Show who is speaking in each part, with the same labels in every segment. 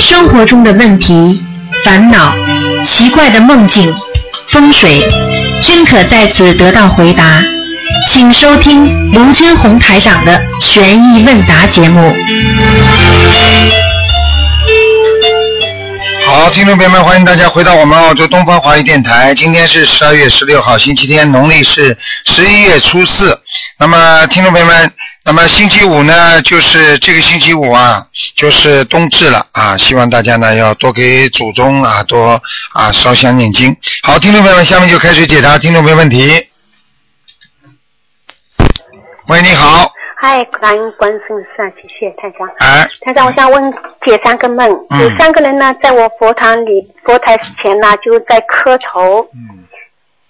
Speaker 1: 生活中的问题、烦恼、奇怪的梦境、风水，均可在此得到回答。请收听卢军红台长的《悬疑问答》节目。
Speaker 2: 好，听众朋友们，欢迎大家回到我们澳洲东方华语电台。今天是十二月十六号，星期天，农历是十一月初四。那么，听众朋友们，那么星期五呢，就是这个星期五啊，就是冬至了啊。希望大家呢要多给祖宗啊多啊烧香念经。好，听众朋友们，下面就开始解答听众朋友问题。喂，你好，
Speaker 3: 嗨，感恩观世音菩萨，谢谢台长。
Speaker 2: 哎，
Speaker 3: 台长，我想问解三个梦，
Speaker 2: 嗯
Speaker 3: 有三个人呢，在我佛堂里佛台前呢，就在磕头，
Speaker 2: 嗯，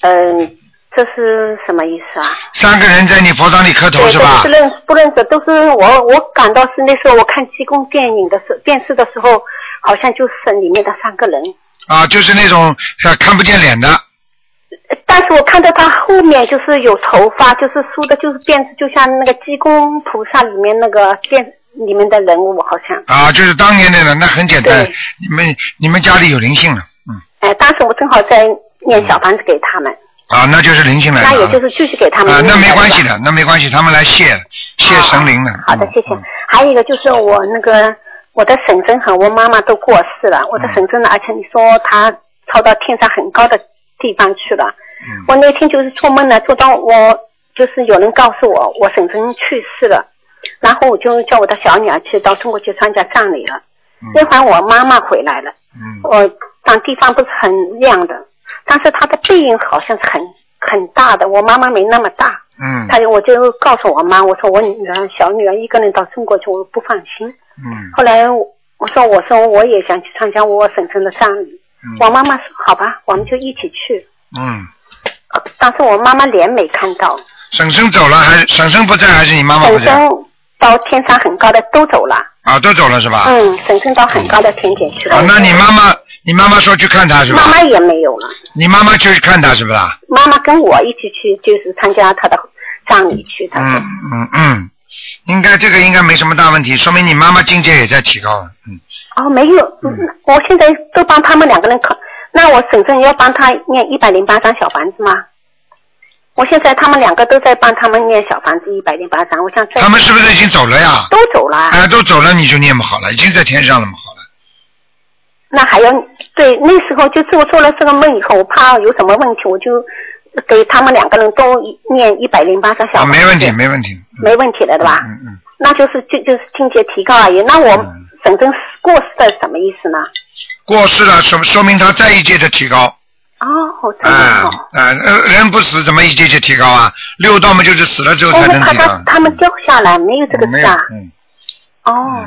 Speaker 3: 嗯、这是什么意思啊？
Speaker 2: 三个人在你佛堂里磕头
Speaker 3: 对，
Speaker 2: 是
Speaker 3: 都
Speaker 2: 吧
Speaker 3: 不？认不认识，都是我我感到是那时候我看济公电影的时候电视的时候，好像就是里面的三个人，
Speaker 2: 啊，就是那种啊看不见脸的，
Speaker 3: 但是我看到他后面就是有头发，就是梳的，就是辫子，就像那个济公菩萨里面那个电里面的人物，好像。
Speaker 2: 啊，就是当年的人，那很简单
Speaker 3: 对，
Speaker 2: 你们你们家里有灵性了，嗯，
Speaker 3: 哎，当时我正好在念小房子给他们，
Speaker 2: 啊，那就是灵性来
Speaker 3: 那
Speaker 2: 了
Speaker 3: 也
Speaker 2: 啊，
Speaker 3: 就是继续给他们
Speaker 2: 啊，
Speaker 3: 念
Speaker 2: 那
Speaker 3: 了
Speaker 2: 没关系。
Speaker 3: 是吧哦
Speaker 2: 的，那没关系，他们来谢谢神灵的，
Speaker 3: 好的
Speaker 2: 嗯，
Speaker 3: 谢谢
Speaker 2: 嗯。
Speaker 3: 还有一个就是我那个我的婶婶和我妈妈都过世了，
Speaker 2: 嗯
Speaker 3: 我的婶婶呢，而且你说她超到天上很高的地方去
Speaker 2: 嗯
Speaker 3: 了。我那天就是做梦呢，做到我就是有人告诉我我婶婶去世了，然后我就叫我的小女儿去到中国去参加葬礼了。那会儿我妈妈回来了。
Speaker 2: 嗯嗯，
Speaker 3: 我当地方不是很亮的，但是它的背影好像是很很大的，我妈妈没那么大。
Speaker 2: 嗯
Speaker 3: 她就我就告诉我妈，我说我女儿小女儿一个人到中国去，我不放心。
Speaker 2: 嗯
Speaker 3: 后来我我说我说我也想去参加我婶婶的葬礼，
Speaker 2: 嗯
Speaker 3: 我妈妈说好吧，我们就一起去。
Speaker 2: 嗯，
Speaker 3: 呃但是我妈妈脸没看到，
Speaker 2: 婶婶走了还是婶婶不在还是你妈妈哦不
Speaker 3: 婶
Speaker 2: 在
Speaker 3: 婶到天上很高的都走了，
Speaker 2: 啊？都走了是吧？
Speaker 3: 嗯，婶婶到很高的天界去了。
Speaker 2: 啊，那你妈妈你妈妈说去看她是吧
Speaker 3: 妈？妈也没有了。
Speaker 2: 你妈妈就去看她是不是啊？
Speaker 3: 妈妈跟我一起去，就是参加她的葬礼去的。
Speaker 2: 嗯嗯嗯，应该这个应该没什么大问题，说明你妈妈境界也在提高了。嗯，
Speaker 3: 哦，没有，嗯我现在都帮他们两个人考。那我婶婶要帮他念一百零八张小房子吗？我现在他们两个都在帮他们念小房子一百零八张，我想在
Speaker 2: 他们是不是已经走了呀？
Speaker 3: 都走了，啊
Speaker 2: 哎，都走了你就念不好了，已经在天上了嘛，好了。
Speaker 3: 那还要对那时候就是我做了这个梦以后，我怕有什么问题，我就给他们两个人都念一百零八张小
Speaker 2: 啊，
Speaker 3: 房子。
Speaker 2: 没问题，没问题。
Speaker 3: 没问题了，对吧？
Speaker 2: 嗯嗯，
Speaker 3: 那就是就就是境界提高而已。那我
Speaker 2: 嗯
Speaker 3: 婶婶过世的什么意思呢？
Speaker 2: 过世了，说说明他在一阶的提高。
Speaker 3: 哦，这
Speaker 2: 啊
Speaker 3: 样
Speaker 2: 啊
Speaker 3: 哦。，
Speaker 2: 呃人不死怎么一阶阶提高啊？六道嘛就是死了之后
Speaker 3: 我
Speaker 2: 才
Speaker 3: 是
Speaker 2: 能
Speaker 3: 怕
Speaker 2: 提高。
Speaker 3: 哦
Speaker 2: 嗯
Speaker 3: 他他们掉下来，没有这个
Speaker 2: 嗯没
Speaker 3: 事
Speaker 2: 有
Speaker 3: 啊。，
Speaker 2: 嗯
Speaker 3: 哦，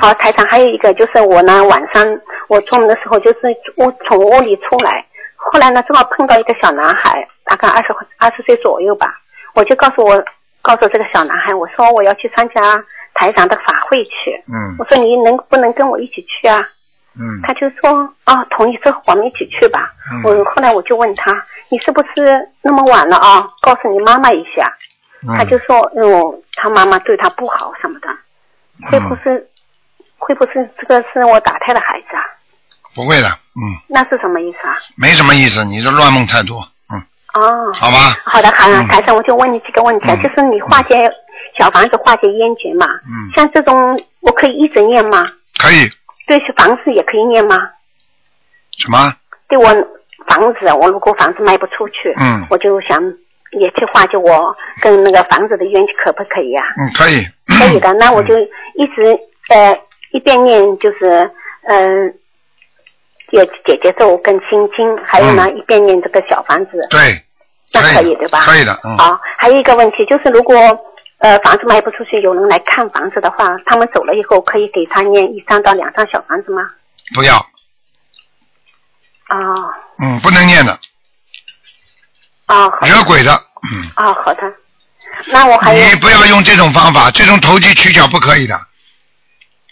Speaker 3: 好，台长，还有一个就是我呢，晚上我做梦的时候，就是我从屋里出来，后来呢，正好碰到一个小男孩，大概二十二十岁左右吧，我就告诉我告诉这个小男孩，我说我要去参加台长的法会去，
Speaker 2: 嗯
Speaker 3: 我说你能不能跟我一起去啊？
Speaker 2: 嗯
Speaker 3: 他就说啊，同意之后我们一起去吧。
Speaker 2: 嗯
Speaker 3: 我后来我就问他，你是不是那么晚了啊？告诉你妈妈一下。
Speaker 2: 嗯，
Speaker 3: 他就说，嗯，他妈妈对他不好什么的，
Speaker 2: 嗯
Speaker 3: 会不是，会不是这个是我打胎的孩子啊？
Speaker 2: 不会的，嗯，
Speaker 3: 那是什么意思啊？
Speaker 2: 没什么意思，你这乱梦太多，嗯，
Speaker 3: 哦，
Speaker 2: 好吧，
Speaker 3: 好的，好的
Speaker 2: 嗯，
Speaker 3: 台长，我就问你几个问题啊，
Speaker 2: 嗯
Speaker 3: 就是你化解小房子化解烟结嘛，
Speaker 2: 嗯
Speaker 3: 像这种我可以一直念吗？
Speaker 2: 可以
Speaker 3: 对房子也可以念吗？
Speaker 2: 什么？
Speaker 3: 对我房子，我如果房子卖不出去，
Speaker 2: 嗯
Speaker 3: 我就想也去化解我跟那个房子的冤，气，可不可以啊？
Speaker 2: 嗯，可以，
Speaker 3: 可以的，那我就一直呃一边念就是嗯、也姐姐咒跟心经，还有呢、一边念这个小房子，
Speaker 2: 对，
Speaker 3: 那
Speaker 2: 可以
Speaker 3: 可以对吧？
Speaker 2: 可以的，嗯，
Speaker 3: 好，还有一个问题就是，如果呃房子卖不出去，有人来看房子的话，他们走了以后，可以给他念一张到两张小房子吗？
Speaker 2: 不要，
Speaker 3: 哦
Speaker 2: 嗯，不能念的，
Speaker 3: 哦，好的
Speaker 2: 惹鬼的，嗯，
Speaker 3: 哦，好的。那我还有，
Speaker 2: 你不要用这种方法，这种投机取巧不可以的。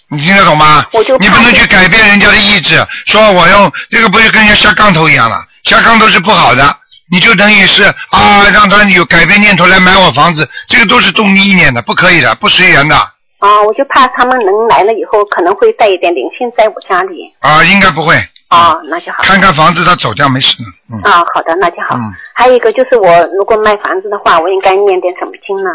Speaker 2: 你听得懂吗
Speaker 3: 我就？
Speaker 2: 你不
Speaker 3: 怕
Speaker 2: 能
Speaker 3: 这
Speaker 2: 去改变人家的意志，说我用这个不是跟人家下杠头一样了，下杠头是不好的，你就等于是啊，让他有改变念头来买我房子，这个都是动意念的，不可以的，不随缘的，
Speaker 4: 啊，我就怕他们能来了以后，可能会带一点灵性在我家里。
Speaker 2: 啊，应该不会。
Speaker 4: 啊，那就好。
Speaker 2: 看看房子，他走掉没事的。嗯。
Speaker 4: 啊，好的，那就好。
Speaker 2: 嗯
Speaker 4: 还有一个就是，我如果卖房子的话，我应该念点什么经呢？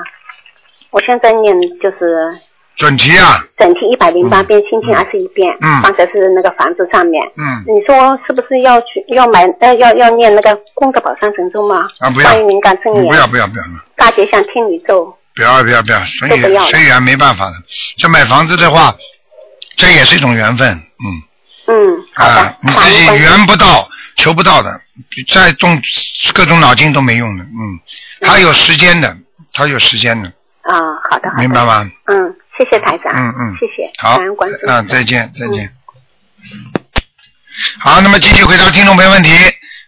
Speaker 4: 我现在念就是
Speaker 2: 准提啊，
Speaker 4: 整体一百零八
Speaker 2: 嗯
Speaker 4: 遍，心经二十一遍，
Speaker 2: 嗯
Speaker 4: 放在是那个房子上面。
Speaker 2: 嗯，
Speaker 4: 你说是不是要去要买呃要要念那个功德宝山神咒吗？
Speaker 2: 啊不要
Speaker 4: 观音灵感真
Speaker 2: 嗯
Speaker 4: 言，
Speaker 2: 不要不要不要
Speaker 4: 大吉祥天女咒。
Speaker 2: 不要不要不要，随
Speaker 4: 都不要
Speaker 2: 缘
Speaker 4: 了
Speaker 2: 随缘没办法的。这买房子的话，这也是一种缘分，嗯
Speaker 4: 嗯，好的，
Speaker 2: 啊，你
Speaker 4: 感
Speaker 2: 自己
Speaker 4: 恩观世音
Speaker 2: 缘不到，求不到的，再动各种脑筋都没用的，嗯，他有时间的，他有时间的，
Speaker 4: 啊，好的，好的
Speaker 2: 明白？吗？
Speaker 4: 嗯，谢谢台长，
Speaker 2: 嗯嗯
Speaker 4: 谢谢，
Speaker 2: 好
Speaker 4: 感恩观世，音
Speaker 2: 啊，再
Speaker 4: 嗯
Speaker 2: 见，再见。好，那么继续回答听众朋友问题。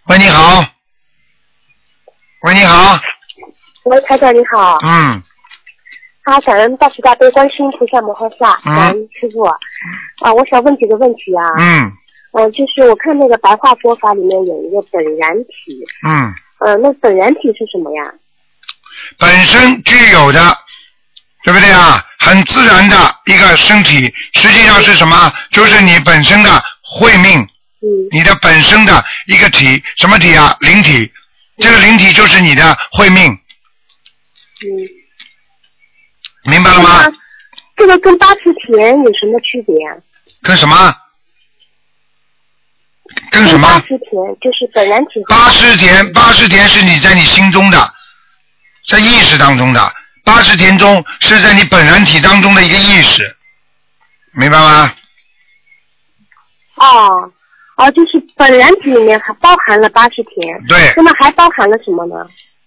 Speaker 2: 喂，你好。喂，你好。
Speaker 3: 喂，台长你好，
Speaker 2: 嗯，
Speaker 3: 啊，感恩大慈大悲观世音菩萨摩诃萨，
Speaker 2: 嗯
Speaker 3: 感恩师傅。啊，我想问几个问题啊，
Speaker 2: 嗯
Speaker 3: 嗯、就是我看那个白话佛法里面有一个本然体，
Speaker 2: 嗯，
Speaker 3: 呃，那本然体是什么呀？
Speaker 2: 本身具有的，对不对啊？很自然的一个身体，实际上是什么？就是你本身的慧命，
Speaker 3: 嗯
Speaker 2: 你的本身的一个体，什么体啊？灵体。这个灵体就是你的慧命，
Speaker 3: 嗯，
Speaker 2: 明白了
Speaker 3: 那
Speaker 2: 吗？
Speaker 3: 这个跟八词田有什么区别啊？
Speaker 2: 跟什么？跟什
Speaker 3: 跟八
Speaker 2: 么？
Speaker 3: 词田就是本然体和
Speaker 2: 八十田，八十田是你在你心中的，在意识当中的。八十田中是在你本然体当中的一个意识，明白吗？
Speaker 3: 哦哦，就是本然体里面还包含了八十田，
Speaker 2: 对，
Speaker 3: 那么还包含了什么呢？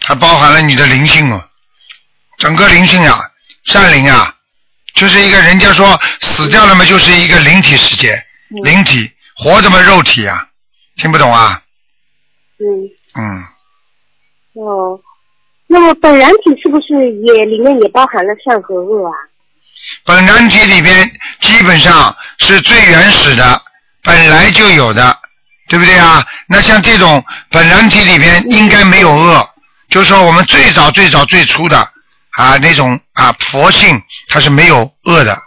Speaker 2: 它包含了你的灵性哦，整个灵性啊，善灵啊，就是一个人家说死掉了嘛，就是一个灵体世界，
Speaker 3: 嗯
Speaker 2: 灵体活着嘛肉体啊，听不懂啊？
Speaker 3: 嗯
Speaker 2: 嗯，
Speaker 3: 哦，那么本然体是不是也里面也包含了善和恶啊？
Speaker 2: 本然体里边基本上是最原始的，本来就有的，对不对啊？那像这种本然体里边应该没有恶，就是说我们最早最早最初的啊那种啊佛性，它是没有恶的，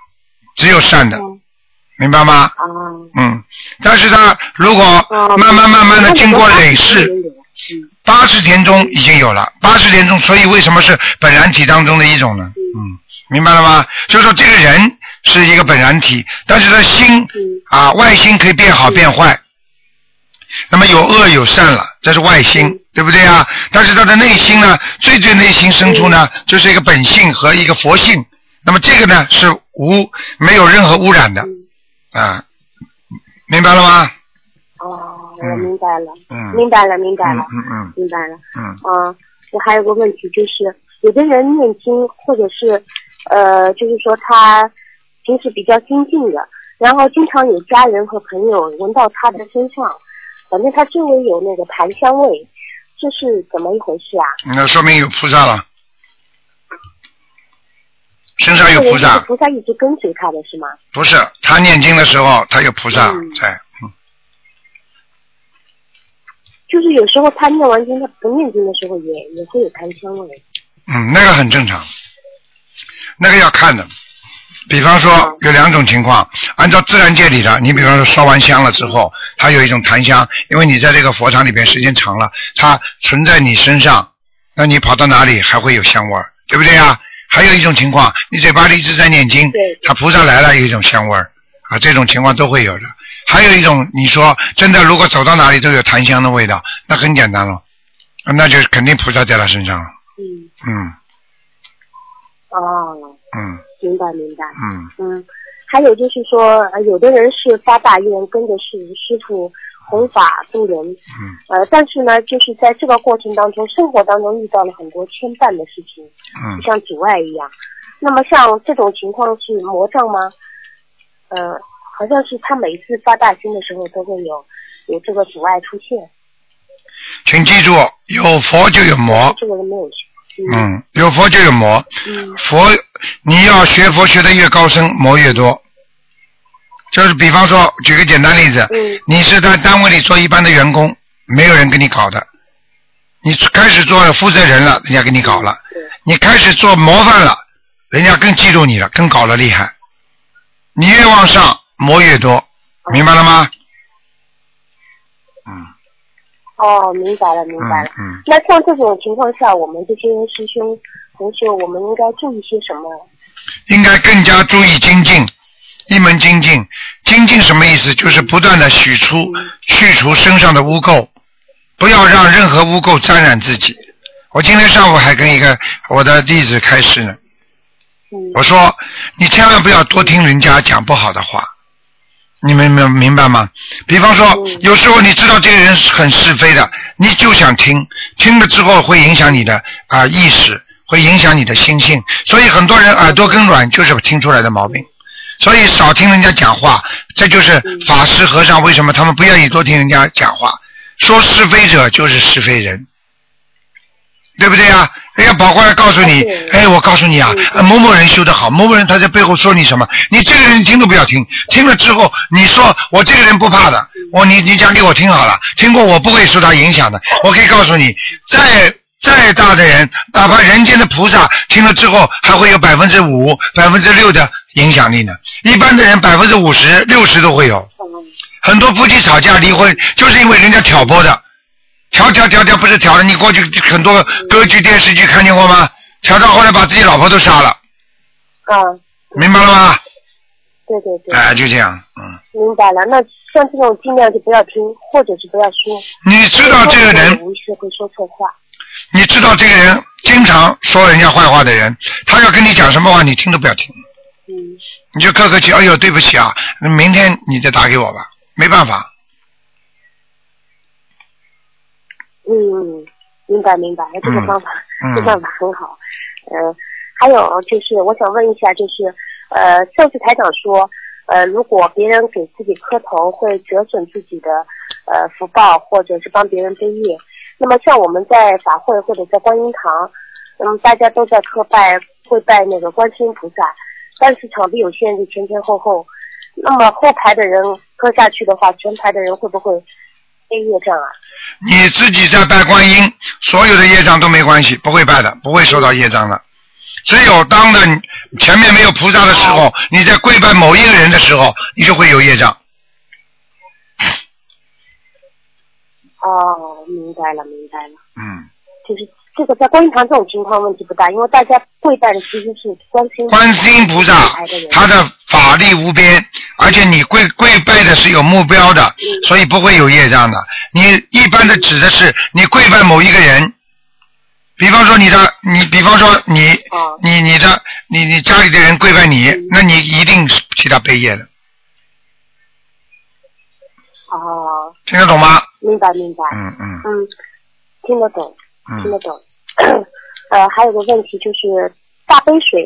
Speaker 2: 只有善的，
Speaker 3: 嗯
Speaker 2: 明白吗？
Speaker 3: 啊，
Speaker 2: 嗯，但是它如果
Speaker 3: 哦
Speaker 2: 慢慢慢慢的
Speaker 3: 那
Speaker 2: 经
Speaker 3: 我
Speaker 2: 过
Speaker 3: 们
Speaker 2: 累
Speaker 3: 八十
Speaker 2: 世，
Speaker 3: 年有嗯
Speaker 2: 八十田中已经有了，八十田中，所以为什么是本然体当中的一种呢？嗯，明白了吗？就是说这个人是一个本然体，但是他心
Speaker 3: 嗯
Speaker 2: 啊外心可以变好变坏，那么有恶有善了，这是外心，
Speaker 3: 嗯
Speaker 2: 对不对啊？但是他的内心呢，最最内心深处呢，
Speaker 3: 嗯
Speaker 2: 就是一个本性和一个佛性，那么这个呢是无没有任何污染的
Speaker 3: 嗯
Speaker 2: 啊，明白了吗？
Speaker 3: 哦，
Speaker 2: 嗯
Speaker 3: 我明白了，
Speaker 2: 嗯，
Speaker 3: 明白了，明白了，
Speaker 2: 嗯嗯
Speaker 3: 明白了。
Speaker 2: 嗯嗯
Speaker 3: 啊，我还有个问题就是，有的人念经或者是呃，就是说他平时比较精进的，然后经常有家人和朋友闻到他的身上，反正他周围有那个檀香味，这是怎么一回事啊？
Speaker 2: 那说明有菩萨了，身上有
Speaker 3: 这个
Speaker 2: 菩
Speaker 3: 人就是
Speaker 2: 萨，
Speaker 3: 菩萨一直跟随他的是吗？
Speaker 2: 不是他念经的时候，他有菩萨
Speaker 3: 嗯
Speaker 2: 在。嗯
Speaker 3: 就是有时候他念完经，他不念经的时候也也会有檀香味。
Speaker 2: 嗯，那个很正常，那个要看的。比方说
Speaker 3: 嗯
Speaker 2: 有两种情况，按照自然界里的，你比方说烧完香了之后，它有一种檀香，因为你在这个佛堂里边时间长了，它存在你身上，那你跑到哪里还会有香味儿，对不对啊？还有一种情况，你嘴巴里一直在念经
Speaker 3: 对，
Speaker 2: 它菩萨来了有一种香味儿啊，这种情况都会有的。还有一种，你说真的，如果走到哪里都有檀香的味道，那很简单了，那就是肯定菩萨在他身上了，
Speaker 3: 嗯，
Speaker 2: 嗯。
Speaker 3: 哦，
Speaker 2: 嗯
Speaker 3: 明白明白。
Speaker 2: 嗯
Speaker 3: 嗯，还有就是说，呃有的人是发大愿，跟着师师傅弘法度人，
Speaker 2: 嗯
Speaker 3: 呃，但是呢，就是在这个过程当中，生活当中遇到了很多牵绊的事情，就
Speaker 2: 嗯，
Speaker 3: 像阻碍一样。那么像这种情况是魔障吗？呃，好像是他每一次发大心的时候都会有有这个阻碍出现，
Speaker 2: 请记住，有佛就有魔，
Speaker 3: 这个人没有去。
Speaker 2: 嗯，有佛就有魔。
Speaker 3: 嗯
Speaker 2: 佛，你要学佛学得越高深，魔越多。就是比方说，举个简单例子，
Speaker 3: 嗯
Speaker 2: 你是在单位里做一般的员工，没有人跟你搞的，你开始做负责人了，人家给你搞了；
Speaker 3: 对
Speaker 2: 你开始做模范了，人家更记住你了，更搞得厉害。你越往上，魔越多，明白了吗？嗯
Speaker 3: 哦，明白了，明
Speaker 2: 嗯
Speaker 3: 白了。
Speaker 2: 嗯，
Speaker 3: 那像这种情况下，我们这些师兄同学，我们应该注意些什么？
Speaker 2: 应该更加注意精进，一门精进。精进什么意思？就是不断的取出、去除身上的污垢，不要让任何污垢沾染自己。我今天上午还跟一个我的弟子开示呢，
Speaker 3: 嗯
Speaker 2: 我说你千万不要多听人家讲不好的话，你们明明白吗？比方说，
Speaker 3: 嗯
Speaker 2: 有时候你知道这个人是很是非的，你就想听，听了之后会影响你的啊、意识，会影响你的心性，所以很多人耳朵根软就是听出来的毛病。所以少听人家讲话，这就是
Speaker 3: 嗯
Speaker 2: 法师和尚为什么他们不愿意多听人家讲话。说是非者就是是非人，对不对呀？人家跑过来告诉你
Speaker 3: 啊对，
Speaker 2: 哎，我告诉你啊
Speaker 3: 嗯，
Speaker 2: 呃某某人修得好，某某人他在背后说你什么，你这个人听都不要听，听了之后你说我这个人不怕
Speaker 3: 嗯
Speaker 2: 的，我你你讲给我听好了，听过我不会受他影响的，我可以告诉你，再再大的人，哪怕人间的菩萨，听了之后还会有百分之五、百分之六的影响力呢，一般的人百分之五十、六十都会有。很多夫妻吵架离婚，就是因为人家挑拨的，调调调调不是调的。你过去很多歌剧电视剧看见过吗？调到后来把自己老婆都杀了，
Speaker 3: 啊，
Speaker 2: 明白了吗？
Speaker 3: 对对对，
Speaker 2: 哎，就这样，嗯。
Speaker 3: 明白了。那像这种尽量就不要听，或者是不要说。
Speaker 2: 你知道这个人，
Speaker 3: 无意识会说错话。
Speaker 2: 你知道这个人经常说人家坏话的人，他要跟你讲什么话，你听都不要听，
Speaker 3: 嗯，
Speaker 2: 你就客客气，哎呦，对不起啊，明天你再打给我吧，没办法，
Speaker 3: 嗯，明白明白，这个方法，
Speaker 2: 嗯嗯
Speaker 3: 这办法很好。呃，还有就是，我想问一下，就是呃，上次台长说，呃，如果别人给自己磕头，会折损自己的呃福报，或者是帮别人背业。那么像我们在法会或者在观音堂，那、么大家都在磕拜，会拜那个观世音菩萨，但是场地有限，就前前后后。那么后排的人磕下去的话，前排的人会不会背业障啊？
Speaker 2: 你自己在拜观音，所有的业障都没关系，不会拜的，不会受到业障的。只有当着你前面没有菩萨的时候，你在跪拜某一个人的时候，你就会有业障。
Speaker 3: 哦，明白了，明白了，
Speaker 2: 嗯，
Speaker 3: 就是这个在观音堂这种情况问题不大，因为大家跪拜的其实是观世音菩萨
Speaker 2: 观世音菩萨
Speaker 3: 嗯
Speaker 2: 他的法力无边，而且你跪跪拜的是有目标的，所以不会有业障的。你一般的指的是你跪拜某一个人，比方说你的你，比方说你
Speaker 3: 哦
Speaker 2: 你你的你你家里的人跪拜你，那你一定是替他背业的。
Speaker 3: 哦，
Speaker 2: 听得懂吗？
Speaker 3: 明白明白，
Speaker 2: 嗯嗯
Speaker 3: 嗯，听得懂，听得
Speaker 2: 嗯，
Speaker 3: 懂。呃，还有个问题就是大杯水，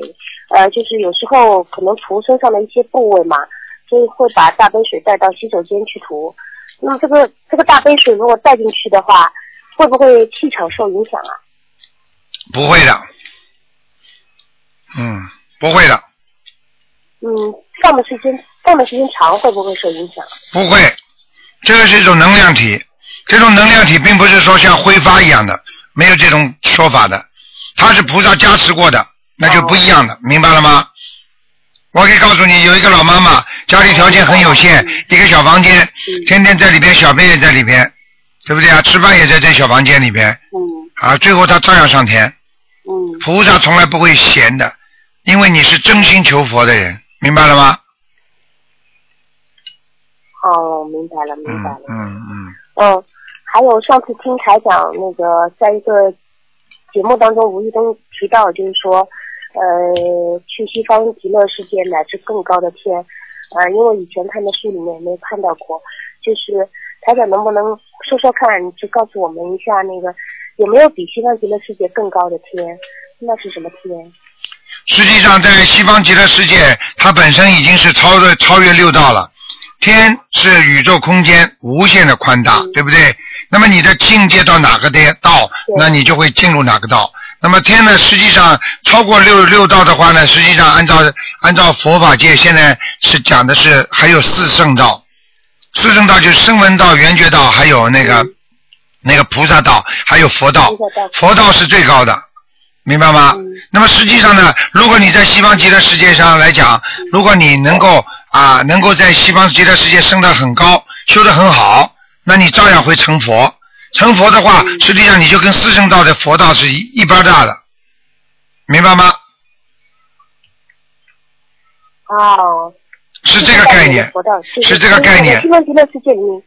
Speaker 3: 呃，就是有时候可能涂身上的一些部位嘛，所以会把大杯水带到洗手间去涂。那么这个这个大杯水如果带进去的话，会不会气场受影响啊？
Speaker 2: 不会的，嗯，不会的，
Speaker 3: 嗯，放的时间放的时间长会不会受影响啊？
Speaker 2: 不会，这个是一种能量体，这种能量体并不是说像挥发一样的，没有这种说法的，它是菩萨加持过的，那就不一样
Speaker 3: 哦
Speaker 2: 的，明白了吗？我可以告诉你，有一个老妈妈，家里条件很有限，
Speaker 3: 嗯
Speaker 2: 一个小房间，天天在里边，小便也在里边，对不对啊？吃饭也在这小房间里边，
Speaker 3: 嗯
Speaker 2: 啊，最后她照样上天。
Speaker 3: 嗯。
Speaker 2: 菩萨从来不会闲的，因为你是真心求佛的人，明白了吗？
Speaker 3: 哦，明白了，明
Speaker 2: 嗯
Speaker 3: 白了。
Speaker 2: 嗯嗯，
Speaker 3: 嗯，还有上次听台长那个在一个节目当中无意中提到，就是说，呃，去西方极乐世界乃至更高的天，呃，因为以前看的书里面没有看到过，就是台长能不能说说看，就告诉我们一下那个有没有比西方极乐世界更高的天？那是什么天？
Speaker 2: 实际上在西方极乐世界，它本身已经是超越超越六道了。天是宇宙空间无限的宽大，对不对？那么你的境界到哪个的道，那你就会进入哪个道。那么天呢，实际上超过六六道的话呢，实际上按照按照佛法界现在是讲的是还有四圣道，四圣道就是声闻道、缘觉道，还有那个、那个菩萨道，还有佛道
Speaker 3: 菩萨道。嗯
Speaker 2: 佛道是最高的，明白吗？那么实际上呢，如果你在西方极乐世界上来讲，
Speaker 3: 嗯
Speaker 2: 如果你能够啊，能够在西方极乐世界升得很高，修得很好，那你照样会成佛。成佛的话，
Speaker 3: 嗯
Speaker 2: 实际上你就跟四圣道的佛道是一一般大的，明白吗？
Speaker 3: 哦，
Speaker 2: 是这个概念，
Speaker 3: 佛道是
Speaker 2: 是这个概念
Speaker 3: 西方极乐世界里面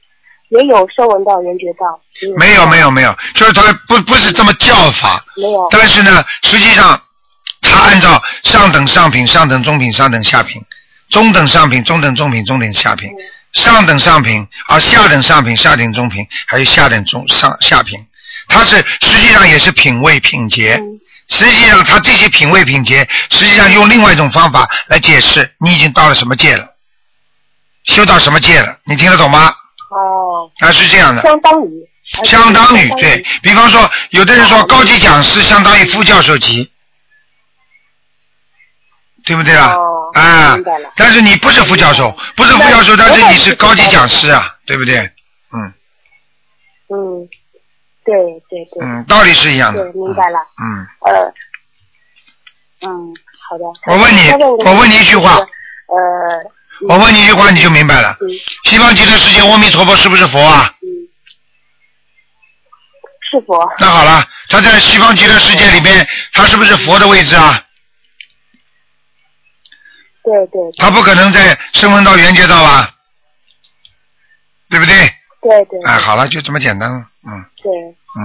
Speaker 3: 也有声闻道、人觉道。
Speaker 2: 没有没有没有，就是他不不是这么叫法，
Speaker 3: 没有。
Speaker 2: 但是呢，实际上他按照上等上品、上等中品、上等下品、中等上品、中等中品、中等下品、上等上品，啊下等上品、下等中品，还有下等中上下品，它是实际上也是品位品节。
Speaker 3: 嗯
Speaker 2: 实际上，他这些品位品节，实际上用另外一种方法来解释，你已经到了什么界了，修到什么界了，你听得懂吗？
Speaker 3: 哦。
Speaker 2: 啊，是这样的。
Speaker 3: 相当于。
Speaker 2: 相当于对比方说，有的
Speaker 3: 啊
Speaker 2: 人说高级讲师相当于副教授级，对不对啦？
Speaker 3: 哦
Speaker 2: 啊，但是你不是副教授，不是副教授，但是你是高级讲师啊，对不对？嗯
Speaker 3: 嗯，对对对。
Speaker 2: 嗯，道理是一样的。
Speaker 3: 对，明白了。
Speaker 2: 嗯，
Speaker 3: 呃，嗯，好的。
Speaker 2: 我问你
Speaker 3: 他个
Speaker 2: 我问你一句话
Speaker 3: 就是呃。
Speaker 2: 我问你一句话你就明白了
Speaker 3: 嗯。
Speaker 2: 西方极乐世界阿弥陀佛是不是佛啊？
Speaker 3: 是佛。
Speaker 2: 那好了，他在西方极乐世界里面，他是不是佛的位置啊？
Speaker 3: 对对
Speaker 2: 他不可能在声闻道、缘觉道吧？对不对？
Speaker 3: 对对
Speaker 2: 哎，好了，就这么简单了。嗯
Speaker 3: 对，
Speaker 2: 嗯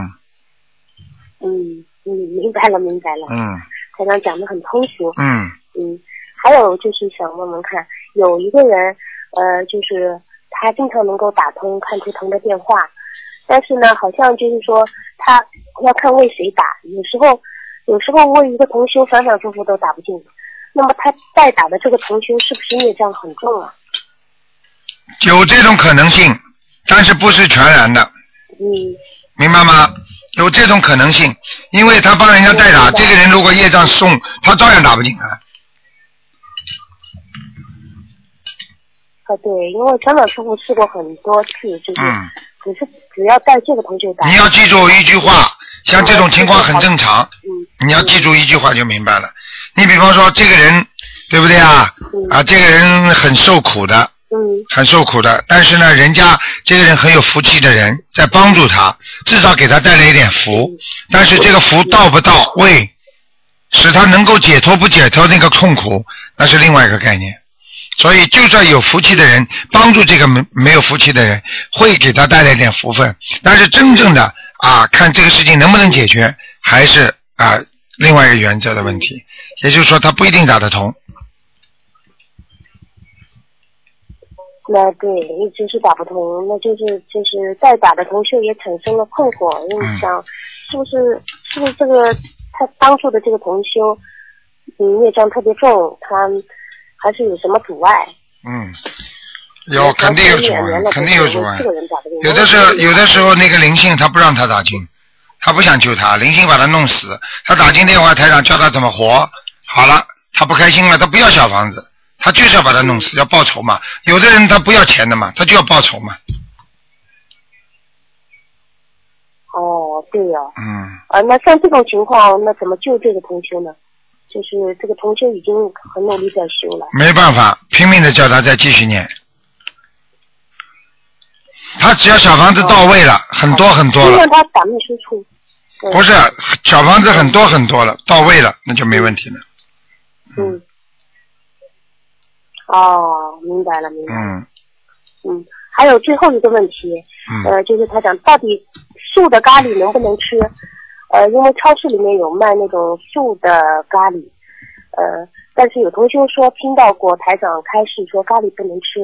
Speaker 3: 嗯嗯，明白了明白了。
Speaker 2: 嗯
Speaker 3: 台长讲的很通俗。
Speaker 2: 嗯，
Speaker 3: 嗯，还有就是想问问看，有一个人，呃，就是他经常能够打通看图腾的电话，但是呢，好像就是说他要看为谁打，有时候有时候为一个同修反反复复都打不进，那么他代打的这个同修是不是孽障很重啊？
Speaker 2: 有这种可能性，但是不是全然的，
Speaker 3: 嗯，
Speaker 2: 明白吗？有这种可能性，因为他帮人家代打，这个人如果业障送，他照样打不进来。
Speaker 3: 啊对，因为反反复复试过很多次，就是、
Speaker 2: 嗯，
Speaker 3: 只是只要带这个同修打，
Speaker 2: 你要记住一句话，像这种情况很正常。
Speaker 3: 嗯，
Speaker 2: 你要记住一句话就明白了。你比方说这个人，对不对啊？啊，这个人很受苦的，
Speaker 3: 嗯
Speaker 2: 很受苦的，但是呢，人家这个人很有福气的人，在帮助他，至少给他带来一点福。但是这个福到不到位，使他能够解脱不解脱那个痛苦，那是另外一个概念。所以，就算有福气的人帮助这个没没有福气的人，会给他带来一点福分。但是，真正的啊，看这个事情能不能解决，还是啊另外一个原则的问题。也就是说，他不一定打得通。
Speaker 3: 那对，一直是打不通，那就是就是代打的同学也产生了困惑，
Speaker 2: 嗯
Speaker 3: 因为想是不是是不是这个他帮助的这个同修，嗯，孽障特别重，他还是有什么阻碍？
Speaker 2: 嗯，有肯定有阻碍，肯定有阻碍
Speaker 3: 这。个人打不进
Speaker 2: 有的时候，有的时候那个灵性他不让他打进，他不想救他，灵性把他弄死，他打进电话台长教他怎么活，好了，他不开心了，他不要小房子，他就是要把他弄死，要报仇嘛。有的人他不要钱的嘛，他就要报仇嘛。
Speaker 3: 哦，对哦，
Speaker 2: 嗯，
Speaker 3: 啊，那像这种情况，那怎么救这个同修呢？就是这个同修已经很努力在修了，
Speaker 2: 没办法，拼命的叫他再继续念。他只要小房子到位了，很多很多
Speaker 3: 就
Speaker 2: 了
Speaker 3: 让，他反面输出。对
Speaker 2: 不是小房子很多很多了，到位了那就没问题了。
Speaker 3: 嗯。哦，明白了，明白了。
Speaker 2: 嗯
Speaker 3: 嗯，还有最后一个问题，
Speaker 2: 嗯，
Speaker 3: 呃，就是他讲到底素的咖喱能不能吃？呃，因为超市里面有卖那种素的咖喱，呃，但是有同学说听到过台长开示说咖喱不能吃，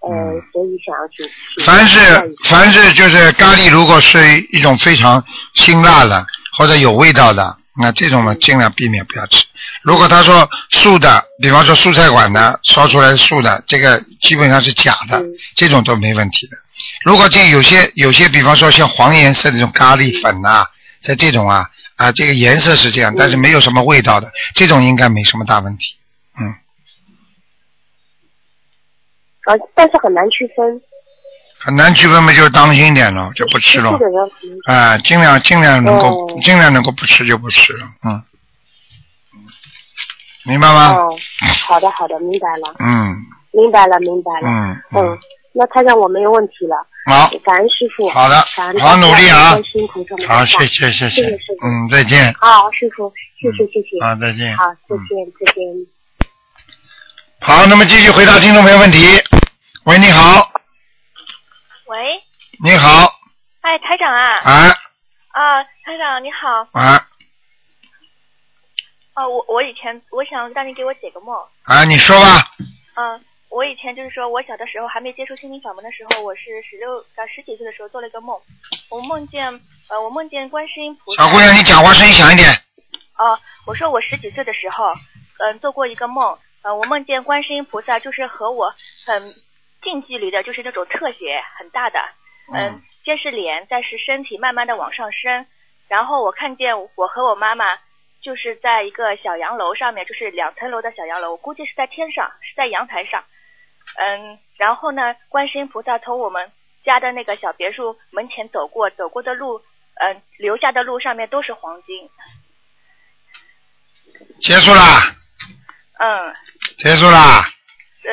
Speaker 3: 呃，
Speaker 2: 嗯
Speaker 3: 所以想要去。
Speaker 2: 凡是
Speaker 3: 请问一下
Speaker 2: 凡是就是咖喱，如果是一种非常辛辣的或者有味道的，那这种嘛尽量避免不要吃。如果他说素的，比方说蔬菜馆的烧出来的素的，这个基本上是假的，这种都没问题的。如果这有些有些，比方说像黄颜色的这种咖喱粉呐、像这种啊啊，这个颜色是这样，但是没有什么味道的，这种应该没什么大问题。嗯，
Speaker 3: 呃啊，但是很难区分。
Speaker 2: 很难区分嘛，就是当心点咯，就不吃咯
Speaker 3: 这。个人嗯可能
Speaker 2: 啊，尽量尽量能够、
Speaker 3: 哦
Speaker 2: 尽量能够不吃就不吃了，嗯，明白吗？
Speaker 3: 哦，好的好的，明白了，
Speaker 2: 嗯
Speaker 3: 明白了明白了。
Speaker 2: 嗯
Speaker 3: 嗯
Speaker 2: 嗯，，
Speaker 3: 那他让我没有问题了，
Speaker 2: 好，
Speaker 3: 感恩师傅。
Speaker 2: 好的
Speaker 3: 感恩，大家
Speaker 2: 好努力啊
Speaker 3: 观世音菩萨的
Speaker 2: 好，
Speaker 3: 菩萨
Speaker 2: 谢谢谢
Speaker 3: 谢谢
Speaker 2: 谢
Speaker 3: 师，傅
Speaker 2: 嗯，再见，
Speaker 3: 好，师傅，谢谢谢谢。
Speaker 2: 啊，再见，
Speaker 3: 好，再
Speaker 2: 嗯
Speaker 3: 见再见。
Speaker 2: 好，那么继续回答听众朋友问题。喂，你好，
Speaker 5: 喂，
Speaker 2: 你好，
Speaker 5: 哎，台长啊，
Speaker 2: 啊
Speaker 5: 啊，台长你好，
Speaker 2: 啊
Speaker 5: 啊，我我以前我想让你给我解个梦，
Speaker 2: 啊，你说吧，
Speaker 5: 嗯、我以前就是说我小的时候还没接触心灵法门的时候，我是十六啊十几岁的时候做了一个梦，我梦见呃我梦见观世音菩萨，
Speaker 2: 小姑娘，你讲话声音响一点。
Speaker 5: 哦、我说我十几岁的时候，嗯、做过一个梦，呃，我梦见观世音菩萨就是和我很近距离的，就是那种特写很大的，嗯、
Speaker 2: 嗯
Speaker 5: 先是脸，再是身体慢慢的往上升，然后我看见我和我妈妈就是在一个小洋楼上面，就是两层楼的小洋楼，我估计是在天上，是在阳台上，嗯，然后呢，观世音菩萨从我们家的那个小别墅门前走过，走过的路，嗯、留下的路上面都是黄金，
Speaker 2: 结束啦，
Speaker 5: 嗯。
Speaker 2: 结束啦，
Speaker 5: 对，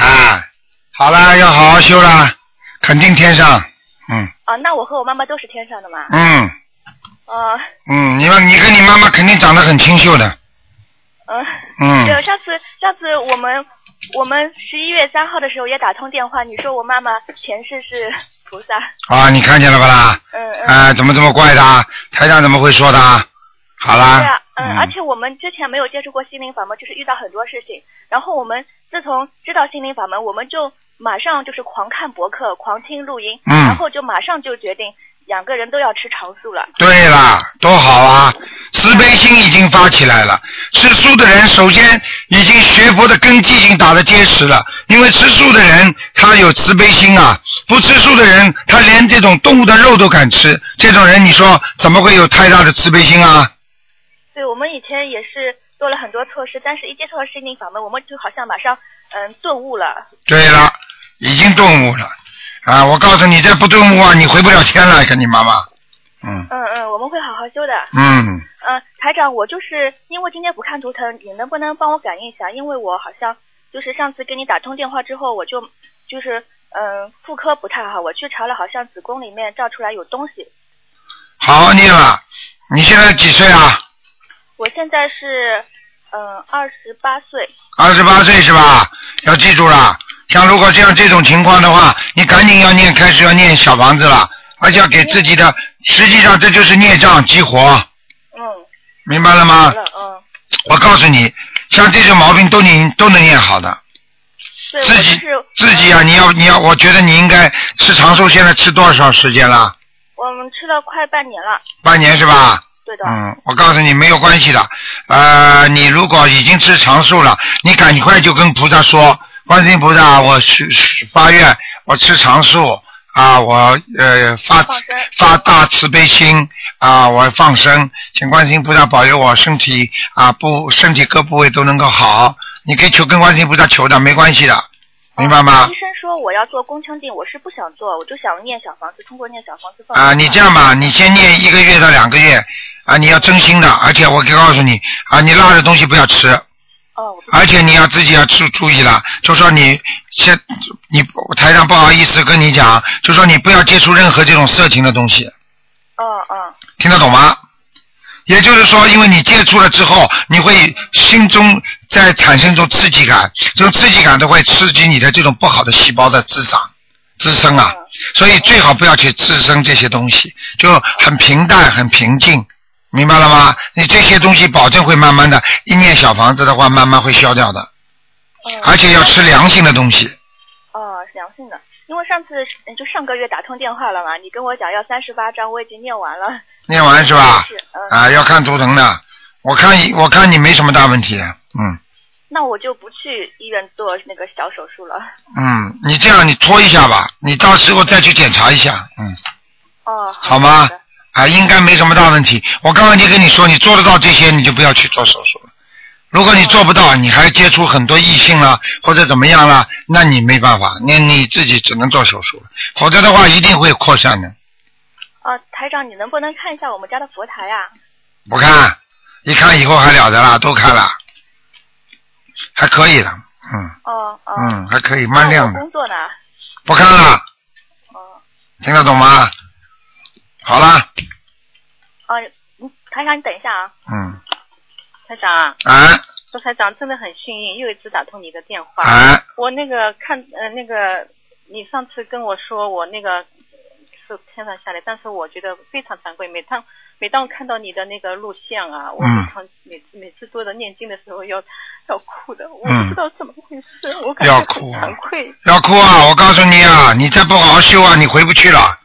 Speaker 2: 啊，好啦，要好好修啦，肯定天上，嗯
Speaker 5: 啊，那我和我妈妈都是天上的嘛。
Speaker 2: 嗯
Speaker 5: 啊，
Speaker 2: 嗯，你们你跟你妈妈肯定长得很清秀的，
Speaker 5: 嗯，对，
Speaker 2: 嗯
Speaker 5: 上次上次我们我们十一月三号的时候也打通电话，你说我妈妈前世是菩萨，
Speaker 2: 啊，你看见了吧啦？
Speaker 5: 嗯嗯。
Speaker 2: 啊，怎么这么怪的啊？台长怎么会说的啊？好
Speaker 5: 对
Speaker 2: 啦
Speaker 5: 啊，，嗯，而且我们之前没有接触过心灵法门，就是遇到很多事情。然后我们自从知道心灵法门，我们就马上就是狂看博客、狂听录音，
Speaker 2: 嗯
Speaker 5: 然后就马上就决定两个人都要吃长素了。
Speaker 2: 对啦，多好啊！慈悲心已经发起来了。吃素的人首先已经学佛的根基已经打得结实了，因为吃素的人他有慈悲心啊，不吃素的人他连这种动物的肉都敢吃，这种人你说怎么会有太大的慈悲心啊？
Speaker 5: 对，我们以前也是做了很多措施，但是一接触到心灵法门，我们就好像马上嗯顿悟了。
Speaker 2: 对了，已经顿悟了啊！我告诉你，再不顿悟啊，你回不了天了，跟你妈妈。嗯
Speaker 5: 嗯嗯，我们会好好修的。
Speaker 2: 嗯，
Speaker 5: 嗯，台长，我就是因为今天不看图腾，你能不能帮我感应一下？因为我好像就是上次跟你打通电话之后，我就就是嗯妇科不太好，我去查了，好像子宫里面照出来有东西。
Speaker 2: 好好念了。你现在几岁啊？
Speaker 5: 我现在是嗯二十八岁。
Speaker 2: 二十八岁是吧？要记住了，像如果这样这种情况的话，你赶紧要念，开始要念小房子了，而且要给自己的，实际上这就是孽障激活，
Speaker 5: 嗯，
Speaker 2: 明白了
Speaker 5: 好
Speaker 2: 吗？
Speaker 5: 了，嗯，
Speaker 2: 我告诉你，像这种毛病都能都能念好的，
Speaker 5: 对，我
Speaker 2: 自
Speaker 5: 就
Speaker 2: 己
Speaker 5: 是嗯
Speaker 2: 自己啊，你要你要，我觉得你应该吃长寿，现在吃多少时间了？
Speaker 5: 我们吃了快半年了，
Speaker 2: 半年是吧？
Speaker 5: 对的。
Speaker 2: 嗯，我告诉你没有关系的，呃，你如果已经吃长素了，你赶快就跟菩萨说，观世音菩萨，我许许发愿，我吃长素啊，我呃发
Speaker 5: 放生
Speaker 2: 发大慈悲心啊，我放生，请观世音菩萨保佑我身体啊不身体各部位都能够好，你可以求跟观世音菩萨求的，没关系的，明白吗
Speaker 5: 哦医？生说我要做宫腔镜，我是不想做，我就想念小房子，通过念小房子放生
Speaker 2: 啊，你这样吧，你先念一个月到两个月啊，你要真心的，而且我告诉你啊，你辣的东西不要吃。
Speaker 5: 哦，我不
Speaker 2: 而且你要自己要注注意了，就说你现你台上不好意思跟你讲，就说你不要接触任何这种色情的东西，
Speaker 5: 哦哦
Speaker 2: 听得懂吗？也就是说，因为你接触了之后，你会心中在产生一种刺激感，这种刺激感都会刺激你的这种不好的细胞的滋长、滋生啊，所以最好不要去滋生这些东西，就很平淡、很平静，明白了吗？你这些东西保证会慢慢的，一念小房子的话，慢慢会消掉的。
Speaker 5: 嗯，
Speaker 2: 而且要吃良性的东西。
Speaker 5: 哦良性的，因为上次嗯就上个月打通电话了嘛，你跟我讲要三十八章，我已经念完了。
Speaker 2: 念完是吧？
Speaker 5: 是，嗯，
Speaker 2: 啊，要看图腾的。我看我看你没什么大问题，嗯
Speaker 5: 那我就不去医院做那个小手术了。
Speaker 2: 嗯，你这样你拖一下吧，你到时候再去检查一下，嗯，
Speaker 5: 哦，
Speaker 2: 好
Speaker 5: 好的
Speaker 2: 吗
Speaker 5: 好的？
Speaker 2: 啊，应该没什么大问题。我刚刚就跟你说，你做得到这些，你就不要去做手术了。如果你做不到，你还接触很多异性了，或者怎么样了，那你没办法，那你自己只能做手术了，否则的话一定会扩散的。
Speaker 5: 哦，台长，你能不能看一下我们家的佛台啊？
Speaker 2: 不看，一看以后还了得啦，都看了，还可以的，嗯
Speaker 5: 哦哦。
Speaker 2: 嗯，还可以，蛮亮
Speaker 5: 那我
Speaker 2: 的，
Speaker 5: 工作呢？
Speaker 2: 不看了，
Speaker 5: 哦
Speaker 2: 听得懂吗？好啦，
Speaker 5: 哦，你台长，你等一下啊，
Speaker 2: 嗯，
Speaker 5: 台长啊，
Speaker 2: 哎
Speaker 5: 周台长真的很幸运，又一次打通你的电话。
Speaker 2: 哎，
Speaker 5: 我那个看呃那个，你上次跟我说我那个是天上下来，但是我觉得非常惭愧。每当每当我看到你的那个录像啊，我
Speaker 2: 嗯
Speaker 5: 非常每每次做的念经的时候要要哭的，我
Speaker 2: 嗯
Speaker 5: 不知道怎么回事，我感
Speaker 2: 要
Speaker 5: 觉
Speaker 2: 哭
Speaker 5: 很
Speaker 2: 啊
Speaker 5: 惭愧。
Speaker 2: 要哭啊！我告诉你啊，你再不好好修啊，你回不去了。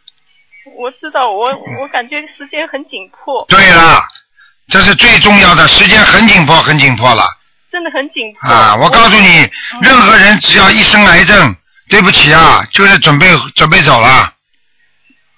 Speaker 5: 我知道，我
Speaker 2: 嗯
Speaker 5: 我感觉时间很紧迫，
Speaker 2: 对了，这是最重要的，时间很紧迫，很紧迫了
Speaker 5: 真的很紧迫。
Speaker 2: 啊！我告诉你，任何人只要一生癌症，对不起啊，就是准备准备走了。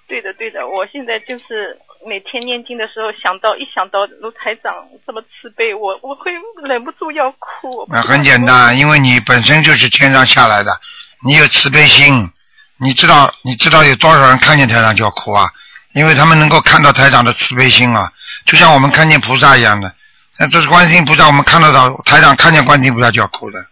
Speaker 5: 对的，对的，我现在就是每天念经的时候，想到一想到卢台长这么慈悲，我我会忍不住要哭。我不
Speaker 2: 那呃啊
Speaker 5: 知道
Speaker 2: 很简单，因为你本身就是天上下来的，你有慈悲心，你知道你知道有多少人看见台长就要哭啊？因为他们能够看到台长的慈悲心啊，就像我们看见菩萨一样的。那这是观世音菩萨，我们看得到台长看见观世音菩萨就要哭的，